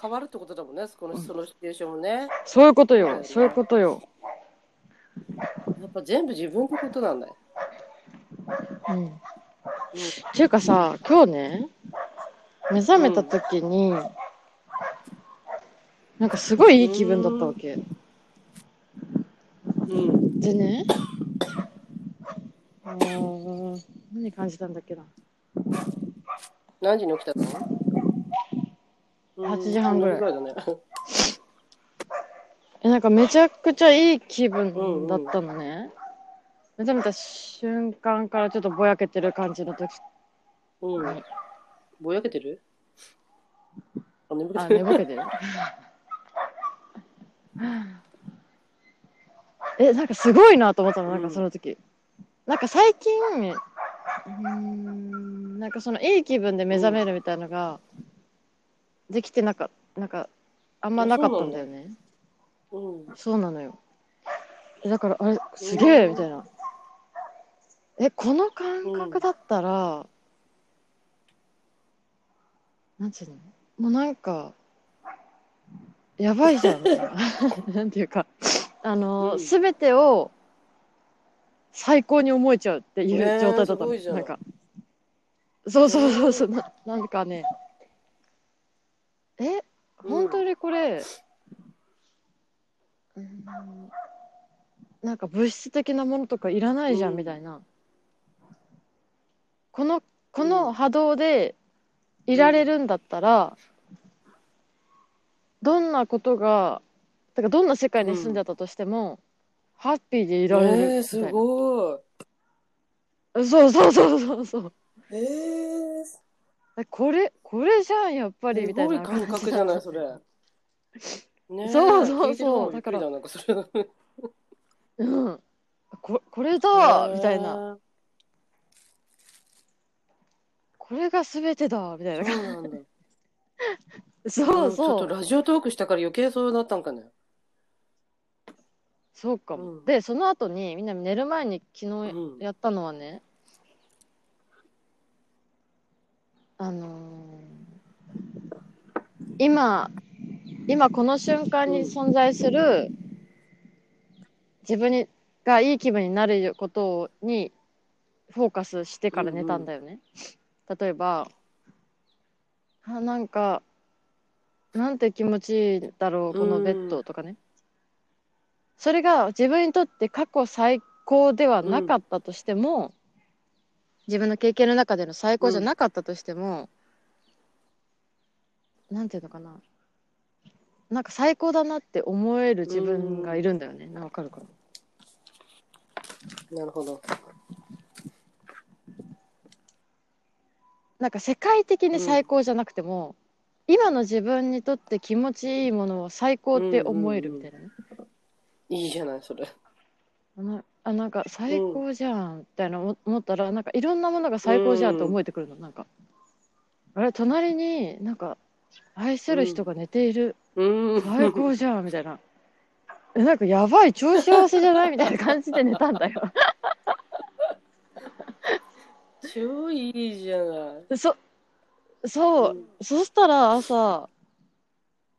B: 変わるってことだもんねそのそのシチュエーションもね
A: そういうことよそういうことよ
B: やっぱ全部自分のことなんだよ
A: うんっていうかさ今日ね目覚めた時に、なんかすごいいい気分だったわけ
B: うんうん
A: でねうーん何感じたんだっけな
B: 何時に起きたの
A: 8時半ぐらい
B: うん8時だね
A: えなんかめちゃくちゃいい気分だったのね、目覚めた瞬間からちょっとぼやけてる感じの時
B: うんぼやけてるあ眠く
A: あ
B: な
A: 寝
B: る
A: ぼけてる えなんかすごいなと思ったのなんかその時、なんか最近うーんなんかそのいい気分で目覚めるみたいのができてなかなんかあんまなかったんだよね
B: うん
A: そうなのよえだからあれすげえ
B: うん
A: みたいなえこの感覚だったら、なんていうのもうなんかやばいじゃんみたい ななんていうかあの、
B: うん
A: 全てを最高に思えちゃうっていう
B: ねえ
A: 状態だった
B: す
A: の、
B: ごいじゃん
A: なんかそうそうそうそうななんかねえ本当にこれ、うんなんか物質的なものとかいらないじゃん
B: うん
A: みたいな、このこの波動でいられるんだったら、どんなことがだからどんな世界に住んでたとしても、ハッピーでいられるみたいな
B: えー、すごい
A: そうそうそうそうそう
B: えー、す
A: えこれこれじゃんやっぱりみたい
B: ご
A: ない
B: 感覚じゃないそれねえ
A: そうそうそう
B: 聞いてる方もびっくりだなんかそれ
A: うん、ここれだみたいな
B: な
A: これが全てだみたいな
B: そうなんだ
A: そう
B: ちょっ
A: そ
B: と
A: う
B: ラジオトークしたから余計そうなったんかね。
A: そうかも、
B: うん
A: でその後にみんな寝る前に昨日
B: うん
A: やったのはね、あのー今今この瞬間に存在する自分にがいい気分になることにフォーカスしてから寝たんだよね。例えばあなんかなんて気持ちいいだろうこのベッドとかね。それが自分にとって過去最高ではなかったとしても、自分の経験の中での最高じゃなかったとしても、なんていうのかななんか最高だなって思える自分がいるんだよね、なんかわかるかな
B: なるほど。
A: なんか世界的に最高じゃなくても、今の自分にとって気持ちいいものを最高って思えるみたいなね、
B: いいじゃない、それ。
A: あなあなんか最高じゃんみたいな思思ったらなんかいろんなものが最高じゃんって思えてくるの、なんかあれ隣になんか愛する人が寝ている、
B: うん。
A: 最高じゃんみたいなえなんかやばい超幸せじゃない みたいな感じで寝たんだよ
B: 超いいじゃない。
A: そそう、
B: うん
A: そしたら朝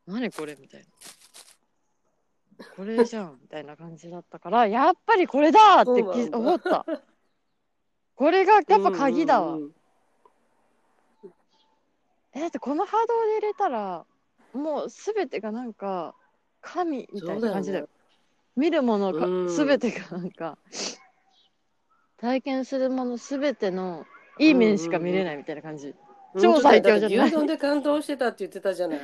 A: 何これみたいなこれじゃんみたいな感じだったからやっぱりこれだって
B: そうなん
A: き
B: だ
A: 思ったこれがやっぱ鍵だわ、
B: うんうん
A: えだってこの波動で入れたらもう全てがなんか神みたいな感じだよ見るものか、
B: うん
A: 全てがなんか体験するもの全てのいい面しか見れないみたいな感じ、
B: うん
A: 超最強じゃない
B: 本当だよ牛丼で感動してたって言ってた じゃない。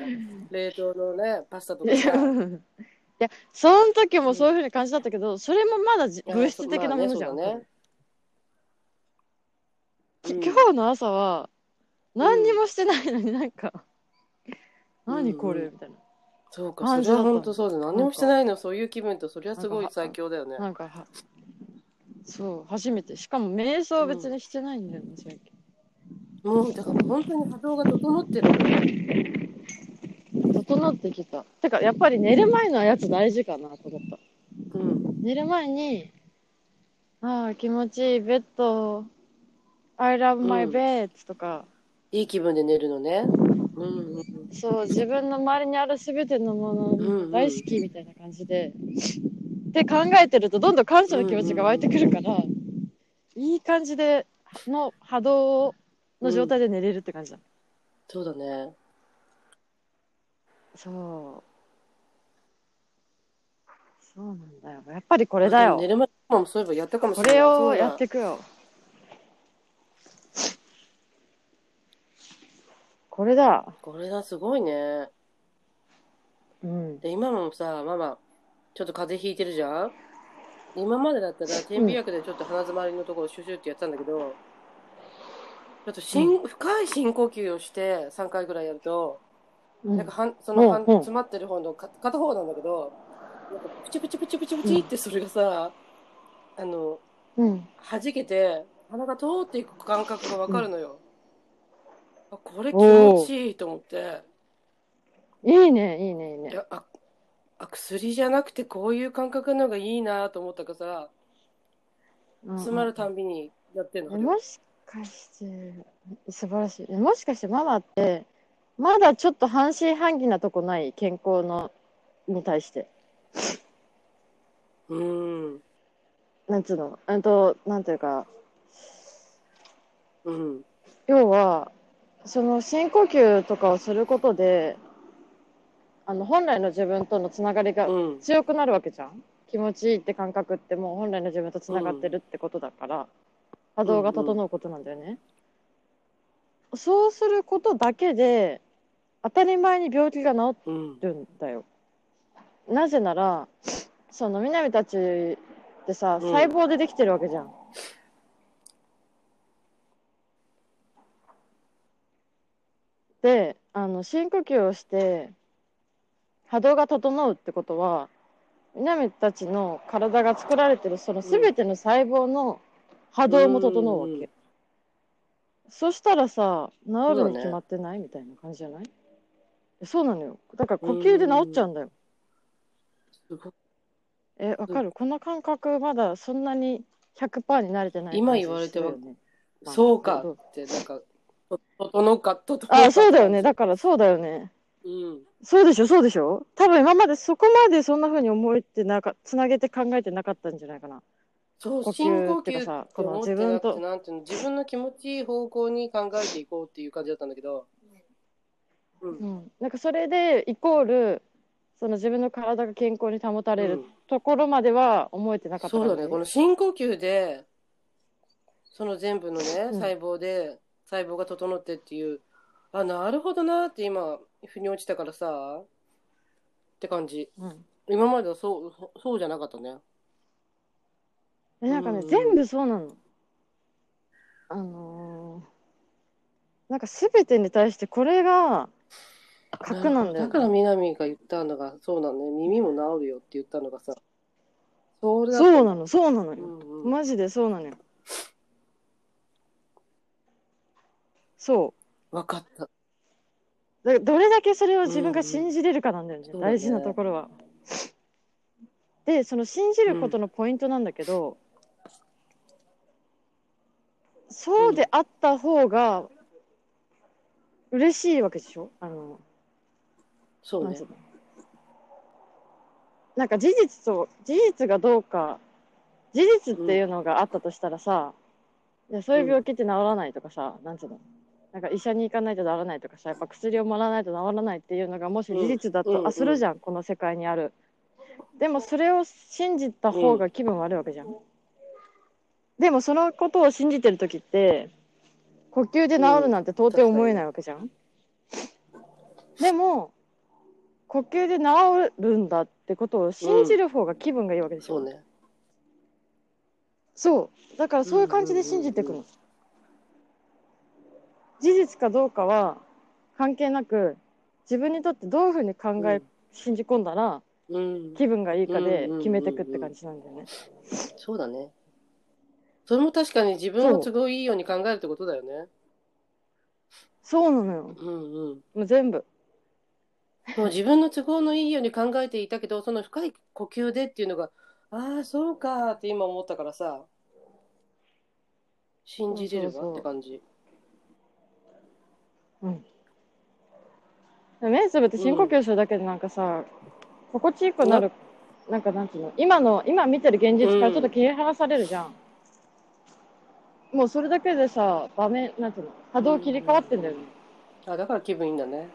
B: 冷凍のね、パスタとか
A: いや
B: さ。
A: うんいやその時もそういうふうに感じだったけど、それもまだじ
B: いや
A: 物質的なものじゃん、
B: まあねそうだね
A: き
B: うん
A: 今日の朝は何にもしてないのになんか、
B: うん
A: 何これみたいな、
B: そうか、
A: 感じ
B: そ
A: だ
B: れ
A: っ
B: は
A: た
B: 本当そうだ。何もしてないの、そういう気分と、それはすごい最強だよね。
A: なんかはそう初めてしかも瞑想別にしてないんだよね、最
B: もう、だから本当に波動が整ってる。
A: 近整ってきたてかやっぱり寝る前のやつ大事かなと思った
B: うん。
A: 寝る前にああ気持ちいいベッド I love
B: う
A: my
B: ん
A: bed とか、
B: いい気分で寝るのね。うんうん。
A: そう自分の周りにある全てのも
B: うんう
A: の
B: ん
A: 大好きみたいな感じで、で考えてるとどんどん感謝の気持ちが湧いてくるから、いい感じでの波動の状態で寝れるって感じだ、
B: そうだね。
A: そうそうなんだよやっぱりこれだよ
B: 寝る前もそういえばやったかもし
A: こ
B: れない。
A: れをやって
B: そう
A: くよこれだ
B: だこれがすごいね。
A: うん
B: で、今もさ、ママ、ちょっと風邪ひいてるじゃん今までだったら、点鼻薬でちょっと鼻づまりのところシュシュってやってたんだけど、ちょっと深、深い深呼吸をして3回ぐらいやると、
A: うん
B: なんかはんそのはん
A: うんうん
B: 詰まってる方のか片方なんだけど、なんかプチプチプチプチプチってそれがさ、あの、
A: うん
B: 弾けて鼻が通っていく感覚がわかるのよ、あこれ気
A: おー
B: 持ちいいと思って
A: いいねいいねいい
B: い
A: ね
B: やああ薬じゃなくてこういう感覚のがいいなと思ったからさ詰まるたんびにやってんの、
A: えもしかして素晴らしいえもしかしてママってまだちょっと半信半疑なとこない健康のに対して
B: うん
A: なんつうのうんとなんていうか
B: うん
A: 要はその深呼吸とかをすることであの本来の自分とのつながりが
B: うん
A: 強くなるわけじゃん気持ちいいって感覚ってもう本来の自分とつながってるってことだから、波動が整うことなんだよね、そうすることだけで当たり前に病気が治
B: うん
A: るんだよなぜならそのみなみたちってさ
B: うん
A: 細胞でできてるわけじゃん、であの深呼吸をして波動が整うってことはみなみたちの体が作られてるその全ての細胞の波動も整うわけ、
B: うん
A: そしたらさ治
B: そう
A: る
B: だ
A: に
B: ね
A: 決まってない、みたいな感じじゃないそうなのよだから呼吸で治っちゃうんだよ、
B: すごい
A: えわかる、この感覚まだそんなに100%に慣れてない
B: 今言われては
A: 感じするよね
B: そうか
A: そう
B: ってなんかと整うか整うか
A: あそうだよねだからそうだよね
B: うん
A: そうでしょそうでしょ多分今までそこまでそんな風に思えてなかつなげて考えてなかったんじゃないかな
B: そう
A: 呼吸
B: 深呼吸
A: ってかさ
B: って思っ
A: こ
B: て
A: の
B: な
A: 自分
B: く
A: と
B: てなんていうの自分の気持ちいい方向に考えていこうっていう感じだったんだけどうん
A: うんなんかそれでイコールその自分の体が健康に保たれ
B: う
A: る
B: ん
A: ところまでは思えてなかった
B: そう
A: から
B: だね、この深呼吸で、その全部のね、
A: ん
B: 細胞で、細胞が整ってっていう、あ、なるほどなって今、腑に落ちたからさ、って感じ。
A: うん
B: 今まではそう、そそうじゃなかったね。
A: えなんかね、
B: うん
A: 全部そうなのあのー、なんか全てに対してこれが核なんだよね
B: だから、南が言ったのが、そうなのね、耳も治るよって言ったのがさ、それだ
A: そうなの、そうなの
B: う
A: よ。
B: んうん
A: マジでそうなのよ。そ
B: わかった。
A: う。だからどれだけそれを自分が信じれるかなんだよね、
B: うんうん
A: 大事なところは。 で、その信じることのポイントなんだけど、そうであった方が嬉しいわけでしょあの、
B: そう
A: なん
B: ね
A: つう。のなんか事実と事実がどうか事実っていうのがあったとしたらさ、いやそういう病気って治らないとかさ、なんつうのなんか医者に行かないと治らないとかさやっぱ薬をもらわないと治らないっていうのがもし事実だと、
B: うんうん
A: あするじゃんこの世界にあるでもそれを信じた方が気分悪いわけじゃん、でもそのことを信じてる時って呼吸で治るなんて到底思えないわけじゃん、でも呼吸で治るんだってことを信じる方が気分がいいわけでしょ、
B: そうね。
A: そうだからそういう感じで信じていくの、
B: うんう
A: 事実かどうかは関係なく自分にとってどういうふうに考え、信じ込んだら
B: うん。
A: 気分がいいかで
B: うんうんうんうん
A: 決めてくって感じなんだよね、
B: そうだね。それも確かに自分の都合いいように考えるってことだよね。
A: そうなのよ
B: うんうん。
A: もう全部
B: もう自分の都合のいいように考えていたけど、その深い呼吸でっていうのが、ああ、そうかって今思ったからさ、信じれ
A: そ
B: れ
A: うそうそ
B: ば
A: う
B: って感じ。
A: 目つぶって深呼吸するだけでなんかさ、心地よくなるなんかなんていうの今の今見てる現実からちょっと切り離されるじゃん、もうそれだけでさ場面なんていうの波動切り替わってんだよね、
B: あだから気分いいんだね。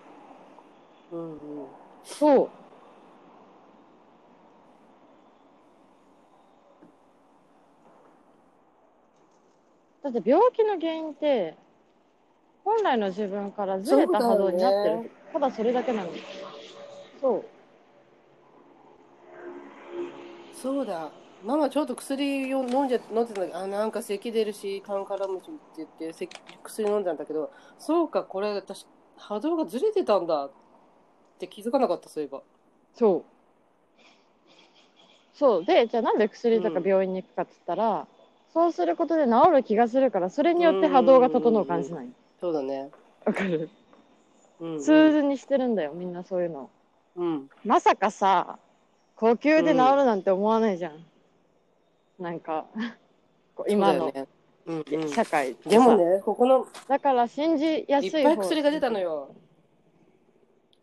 B: うんうん。
A: そう。だって病気の原因って、本来の自分からずれた波動になってる。
B: そうだよね
A: ただそれだけなの。そう。
B: そうだ。ママちょっと薬を飲んじゃ飲んでたんだけど、あなんか咳出るし、痰からむしって言って咳薬飲んだんだけど、そうかこれ私波動がずれてたんだって気づかなかったそういえば。
A: そう。そう。で、じゃあなんで薬とか病院に行くかって言ったら、そうすることで治る気がするから、それによって波動が整う感じない。
B: そうだね。
A: わかる
B: うん、
A: 数字にしてるんだよ、みんなそういうの。
B: うん。
A: まさかさ呼吸で治るなんて思わないじゃん、なんかこう今
B: そう
A: の
B: だよね。うんうん
A: 社会ってさ
B: でもね、ここの
A: だから信じやすい
B: いっぱい薬が出たの
A: よ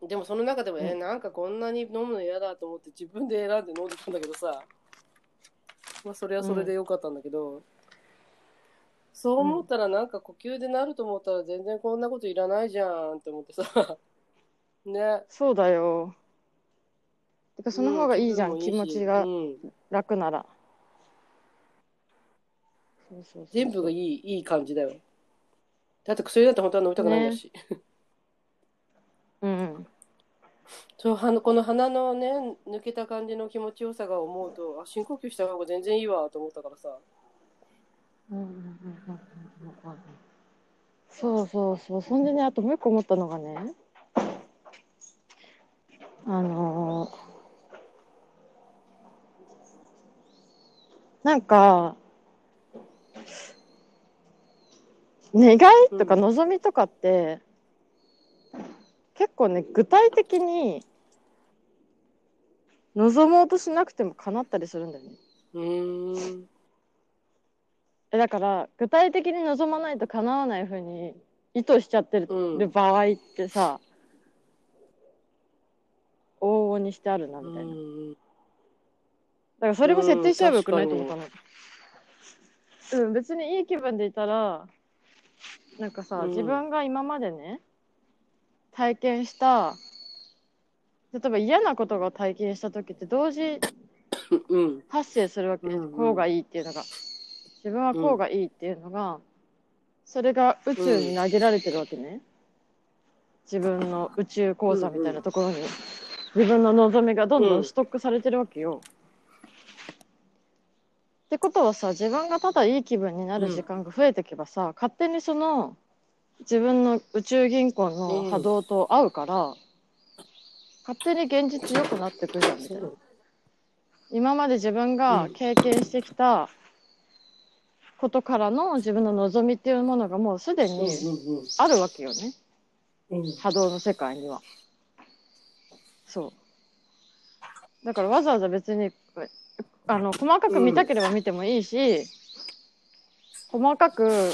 B: よ。でもその中でも、え
A: う
B: ーなんかこんなに飲むの嫌だと思って自分で選んで飲んでたんだけどさ、まあ、それはそれでよかったんだけど、そう思ったらなんか呼吸でなると思ったら全然こんなこといらないじゃんって思ってさ ね
A: そうだよてかその方がいいじゃん、
B: う
A: 気
B: 気分も
A: 持
B: いいし
A: ちが
B: うん
A: 楽なら、そうそうそう
B: 全部がいいいい感じだよだって薬だって本当は飲みたくないんだし、
A: うんうん
B: そうはこの鼻のね抜けた感じの気持ちよさが思うとあ深呼吸した方が全然いいわと思ったからさ
A: うんうんうんうんうんうんうんそうそうそうそんでねあともう一個思ったのがねあのーなんか願いとか
B: うん
A: 望みとかって、結構ね具体的に望もうとしなくても叶ったりするんだよね。
B: うーん
A: えだから具体的に望まないと叶わないふうに意図しちゃってる,、
B: うん
A: 場合ってさ往々にしてあるな
B: う
A: みたいな、だ
B: ん
A: からそれも設定しちゃえばよくないと思ったのうん、別にいい気分でいたらなんかさ、
B: うん
A: 自分が今までね体験した例えば嫌なことが体験した時って同時
B: うん
A: 発生するわけです、
B: うんうん
A: こうがいいっていうのが自分はこうがいいっていうのが、それが宇宙に投げられてるわけね、自分の宇宙講座みたいなところに、自分の望みがどんどんストックされてるわけよ、ってことはさ自分がただいい気分になる時間が増えてけばさ、勝手にその自分の宇宙銀行の波動と合うから、勝手に現実良くなってくるじゃんみたいな。今まで自分が経験してきたことからの自分の望みっていうものがもうすで
B: うんう
A: に
B: ん
A: あるわけよね
B: うんうん
A: 波動の世界には。そうだからわざわざ別にあの細かく見たければ見てもいいし、細かく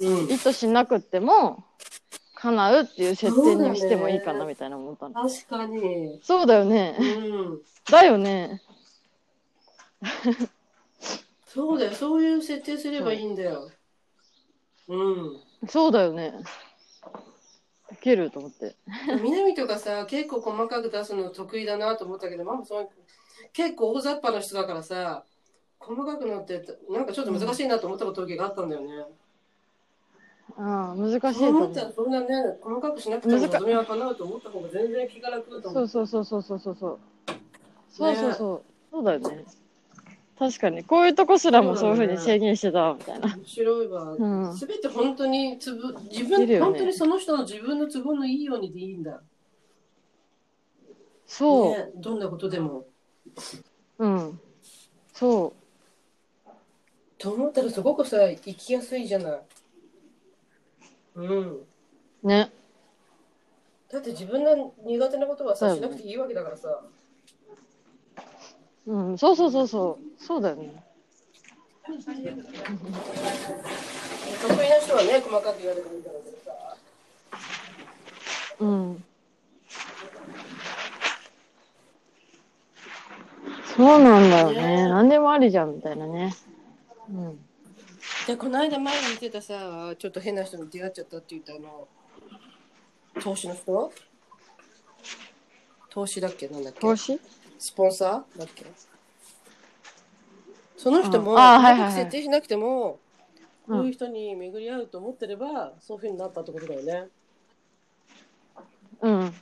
B: うん
A: 意図しなくっても叶うっていう設定にしてもいいかなみたいな思ったの。
B: 確かに。
A: そうだよね
B: う。ん。
A: だよね。
B: そうだよ。そういう設定すればいいんだよ。うん。
A: そうだよね。できると思って。
B: 南とかさ、結構細かく出すの得意だなと思ったけど、ママそう結構大雑把な人だからさ、細かくなってて、なんかちょっと難しいなと思ったことがあったんだよね。
A: ああ、難しい
B: そう
A: と思
B: 思
A: う
B: った。らそんなね、細かくしなくても
A: 難か
B: 望みは叶うと思った方が全然気が楽だと思。
A: そううそうそうそうそうそうそう。そうそうそう。そうだよね。確かに、こういうとこすらもそういうふうに制限してたみたいな。
B: 面白いわ。
A: うん。
B: すべて本当につぶ自
A: い
B: 分、
A: るよね
B: 本当にその人の自分の都合のいいようにでいいんだ。
A: そう。
B: ね、どんなことでも。
A: うん。そ
B: と思ったらすごくさ生きやすいじゃない。うん。
A: う。ね。
B: だって自分の苦手なことは
A: そ
B: さ
A: う
B: し
A: だ
B: な
A: ね
B: くていいわけだからさ。
A: うん。そうそうそうそう。そうだよね。
B: 得意な人はね細かく言われてもいいだろうけどさ。
A: うん。そうなんだよね。何でもありじゃんみたいなね。うん。
B: でこの間前に見てたさちょっと変な人に出会っちゃったって言ったあの投資の人投資だっけなんだっけ
A: 投資
B: スポンサーだっけその人も
A: うんあーはいはい
B: 細
A: は
B: か
A: い
B: く設定しなくても
A: うん
B: こういう人に巡り合うと思ってればそういうふうになったってことだよね。
A: うん。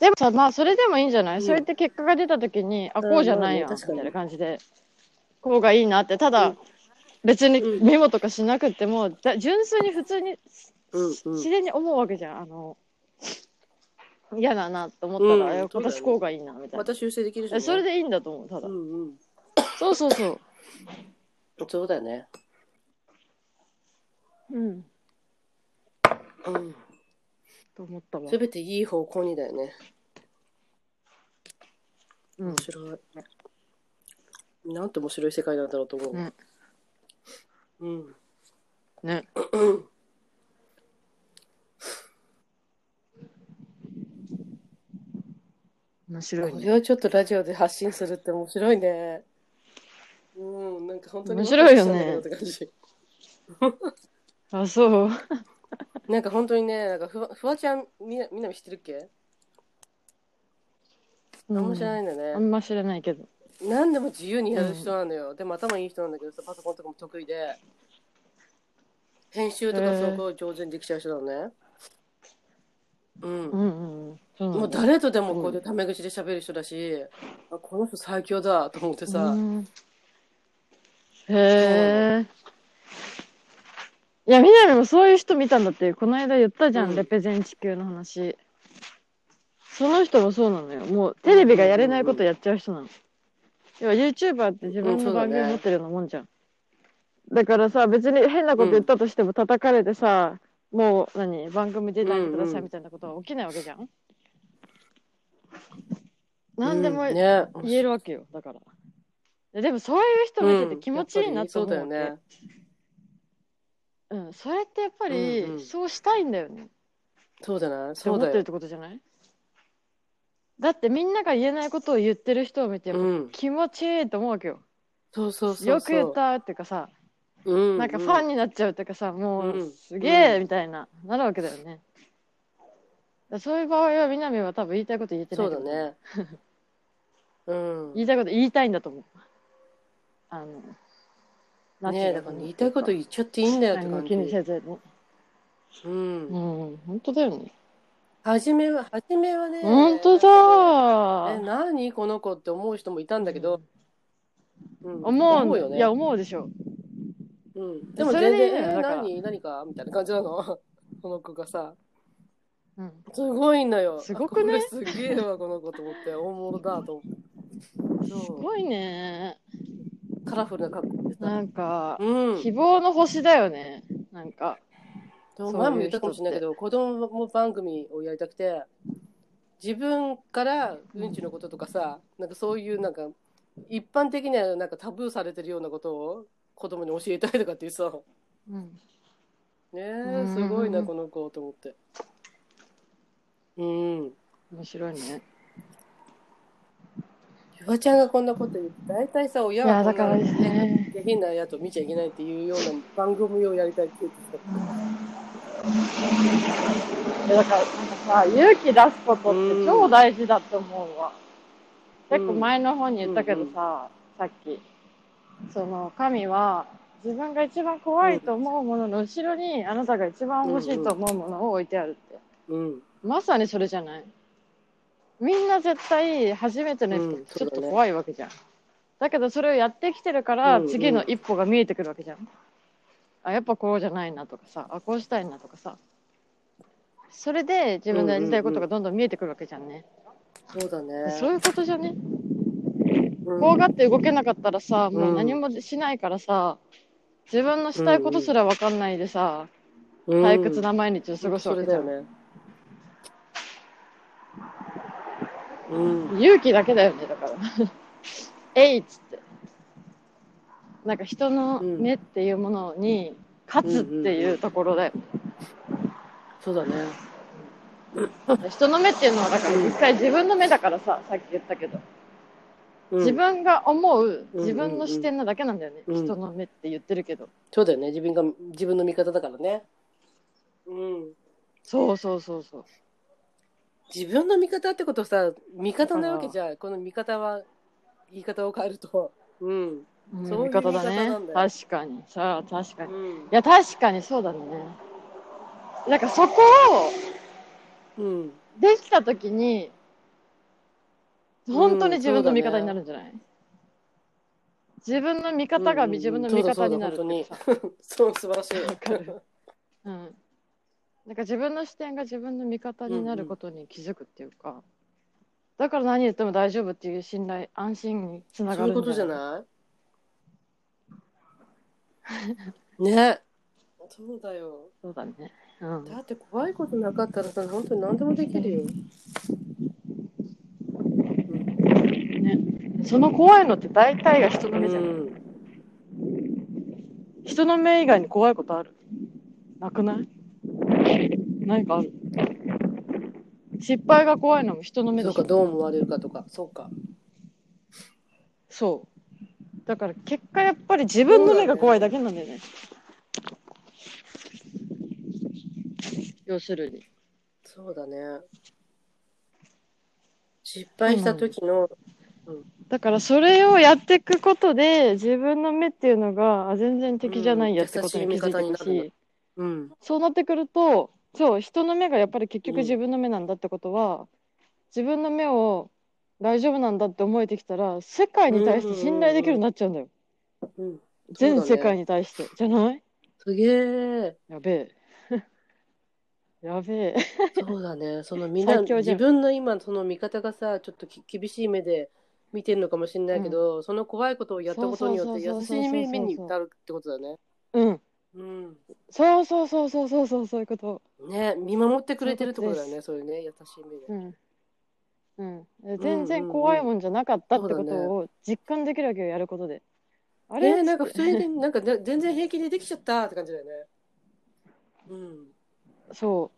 A: でもさ、まあ、それでもいいんじゃない、
B: うん
A: それって結果が出たときに、あ、
B: うん
A: こうじゃないやん、
B: まあ
A: み
B: ね確か
A: た
B: に
A: いな感じで、こうがいいなって、ただ、
B: うん
A: 別に
B: うん
A: メモとかしなくっても、だ純粋に普通に、
B: うんうん
A: 自然に思うわけじゃん。あの、嫌だなと思ったら、
B: う
A: え
B: んそうだよね
A: 私こうがいいな、みたい
B: ま
A: な。
B: た修正できるし、
A: えそれでいいんだと思う、ただ
B: う。んうん
A: そうそうそう。
B: そうだよね。
A: うん。
B: うん
A: と思ったわ
B: す。べていい方向にだよね。
A: うん
B: 面。白い。なんて面白い世界なんだろうと思う。
A: ね
B: うん。
A: ね。面白い
B: こ
A: ね。
B: れをちょっとラジオで発信するって面白いね。うん、なんか本当に
A: 面白いよね
B: ワクワクしたんだけどって感じ
A: あ、そう。。
B: なんか本当にね、なんかふわふわちゃんみなみんなも知ってるっけ？何も知らないいんだ
A: あ
B: よね。
A: んま知らないけど。
B: 何でも自由にやる人なのよ。でも頭いい人なんだけどさ、パソコンとかも得意で、編集とかすごい上手にできちゃう人なのね。うん
A: う。んうん。そうなんだ
B: もう誰とでもこうやってタメ口で喋る人だし、あこの人最強だと思ってさ、
A: うんへえいやみなみもそういう人見たんだってこの間言ったじゃん、
B: うん
A: レペゼン地球の話その人もそうなのよもうテレビがやれないことやっちゃう人なの、要は YouTuber って自分の番組
B: うんそうだね
A: 持ってるようなもんじゃん、だからさ別に変なこと言ったとしても叩かれてさ、もう何番組出ないでくだ
B: うん
A: さ
B: う
A: い
B: ん
A: みたいなことは起きないわけじゃん、何でも
B: うんね
A: 言えるわけよだからででもそういう人見てて気持ちいいなと思う
B: うん
A: わ
B: やっ
A: け、
B: ぱりそうだよね
A: うんそれってやっぱ
B: うんう
A: り
B: ん
A: そうしたいんだよね、
B: そうだな
A: って
B: そう
A: 思っ
B: だ
A: てるっ
B: よ
A: てことじゃないだってみんなが言えないことを言ってる人を見ても
B: うん
A: 気持ちいいと思うわけよ、
B: そうそうそうそう
A: よく言っ、たっていうかさ
B: うん、
A: なんかファン
B: に
A: になっちゃうというかさも
B: う
A: うんすげえみたいな、なるわけだよねだからそういう場合はみなみは多分言いたいこと言えてない
B: そ
A: け
B: う
A: ど
B: だね うん
A: 言いたいこと言いたいんだと思うあのナチュラルに
B: ねえだから言いたいこと言っちゃっていいんだよって
A: 何も
B: 感
A: 気に
B: じ
A: せずに
B: うん
A: うん、本当だよね。
B: 初めは初めはね
A: 本当だ
B: え
A: ー。
B: 何この子って思う人もいたんだけど、うん
A: 思う
B: よね
A: いや、思うでしょ。
B: うん、でも
A: そ
B: 全
A: れでいい
B: 然
A: のよだ
B: え
A: から
B: 何何かみたいな感じなのこの子がさ
A: ううん。
B: すごいんだよ。
A: すごくね
B: あこれすげえわ、この子と思って。大物だと思って。
A: す
B: そ
A: ごいね。
B: う。カラフルな格好で
A: な
B: さ。
A: んか、
B: うん。
A: 希望の星だよね。なんか。
B: でも前も言ったかもしれないけど、子供番組をやりたくて、自分からうんちのこととかさ、なんかそういうなんか、一般的にはなんかタブーされてるようなことを子供に教えたいとかっていうさ、
A: うん。
B: ね
A: う
B: え、
A: ん
B: すごいな、この子と思って。うん。
A: 面白いね。
B: ゆわちゃんがこんなこと言って、大体さ、
A: い
B: 親
A: や、
B: はこ
A: だ
B: んな
A: からですね。
B: 下品なやつを見ちゃいけないっていうような番組をやりたいって言ってた。
A: いやだから、なんかさ、勇気出すことって超大事だって思うわ。
B: うん
A: 結構前の方に言ったけどさ、さっき。その、神は、自分が一番怖いと思うものの後ろに、あなたが一番欲しいと思うものを置いてあるって。
B: うん。
A: まさにそれじゃないみんな絶対初めての
B: う
A: 人
B: ん
A: ちょっと
B: そうだね
A: 怖いわけじゃん、だけどそれをやってきてるから、
B: うんうん
A: 次の一歩が見えてくるわけじゃんあやっぱこうじゃないなとかさあこうしたいなとかさそれで自分でやりたいことがどんどん見えてくるわけじゃんね、
B: そうだね。
A: そういうことじゃね
B: うん
A: 怖がって動けなかったらさ、もううん何もしないからさ自分のしたいことすら分かんないでさ、
B: うん
A: 退屈な毎日を過ごすわ
B: そ
A: け
B: れ
A: じ
B: だ
A: ゃ
B: よ
A: ん、
B: ね。うん。
A: 勇気だけだよねだから えいっつってなんか人の
B: うん
A: 目っていうものに勝つっていうところだよ、
B: そうだね。
A: 人の目っていうのはだから
B: うん
A: 一回自分の目だからささっき言ったけど、
B: うん
A: 自分が思う
B: うん
A: 自分の視点なだけなんだよね、
B: うん
A: 人の目って言ってるけど
B: そうだよね。自分が、自分の味方だからね。うん。
A: そうそうそうそう
B: 自分の味方ってことさ、味方なわけじゃん。この味方は、言い方を変えると。うん。
A: うん
B: そういう
A: 見方だ
B: 見方な
A: ね
B: んだよ
A: 確かにさあ確かにい
B: うん。
A: や確かにそうだねだからそこを
B: うん。
A: できた時に本当に
B: うん
A: 自分の味
B: そうだ
A: 方
B: ね
A: になるんじゃない、自分の味方が
B: うんうん
A: 自分の味方になるって
B: そうだ
A: いう
B: そ
A: かさ
B: うだ そう、素晴らし
A: わか
B: い。
A: るうんなんか自分の視点が自分の味方になることに気づくっていうか、だから何言っても大丈夫っていう信頼安心につな
B: そ
A: が
B: うい
A: る
B: うんことじゃ ないねそうだよ
A: そうだね、うん、
B: だって怖いことなかったらさ本当に何でもできるよ、
A: その怖いのって大体が人の
B: う
A: 目じゃない、
B: ん、
A: 人の目以外に怖いことあるなくない何かある失敗が怖いのも人の目
B: そ
A: だ
B: うかどう思われるかとかそうか
A: そう。だから結果やっぱり自分の目が怖いだけなんだよね。要するに。
B: そうだね失敗した時の、
A: だからそれをやっていくことで自分の目っていうのがあ全然敵じゃないやってことに気づいてる
B: うん優
A: し、
B: しい味方になるんうん、
A: そうなってくるとそう人の目がやっぱり結局自分の目なんだってことは、自分の目を大丈夫なんだって思えてきたら世界に対して信頼できるようになっちゃうんだよ、
B: うん、
A: 全世
B: そうだ
A: 界
B: ね
A: に対して、じゃない
B: すげえ
A: やべえ やべえ
B: そうだねそのみんな
A: 最強じゃ
B: 自
A: ん
B: 分の今その見方がさちょっとき厳しい目で見てるのかもしれないけど、その怖いことをやったことによって
A: そうそ
B: 優
A: うそう
B: し
A: そうそう
B: い目になるってことだね
A: うん。
B: うん
A: そうそうそうそうそうそうそういうこと。
B: ね見守ってくれてるってことだよね
A: そ
B: そういうね優しい目で
A: うん。うん。全然怖いもんじゃなかったってことを実感できるわけよ、やることで。あ
B: あ
A: れ、
B: れなんか普通になんかね 全然平気でできちゃったって感じだよねうん
A: そ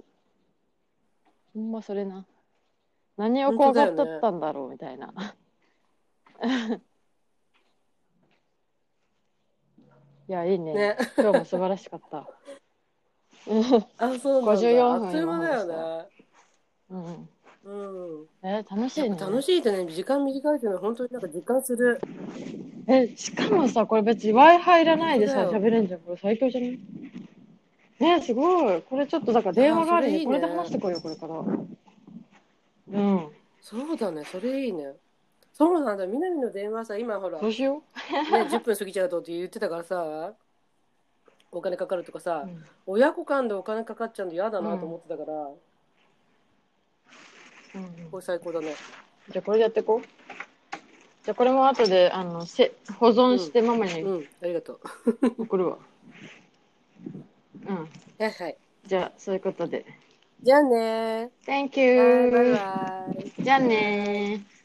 A: う。ほんまそれな。何を怖がったったんだろうみたいな。 いや、いいね
B: ね
A: 今日も素晴らしか った。うん
B: あそうなんだ
A: 54分
B: あっという間だよね
A: うん。
B: うん
A: えー、楽し
B: や
A: い
B: っ
A: ね。
B: ぱ楽しいってね時間短いっていうのは本当になんか時間する
A: え、しかもさ、これ別に Wi-Fi いらないでさ、
B: そうだよ
A: 喋れんじゃん。これ最強じゃないねすごい。これちょっと、だから電話代わりに
B: あそ
A: こ
B: れい
A: れ
B: いね
A: で話してこいよ、これから。うん。
B: そうだねそれいいねそうなんだ南の電話さ今ほら
A: どうしよ
B: ね、10分過ぎちゃうとって言ってたからさ、お金かかるとかさ、
A: うん
B: 親子間でお金かかっちゃうんで嫌だなと思ってたから、
A: うん
B: これ最高だね
A: じゃあこれでやってこう。じゃあこれも後で、あの、せ保存してママ
B: う
A: に
B: んありがとう
A: 送るわ。うん。
B: はいはい
A: じゃあ、そういうことで。
B: じゃあね
A: Thank
B: バイバイ
A: you!
B: バイ
A: じゃあねー。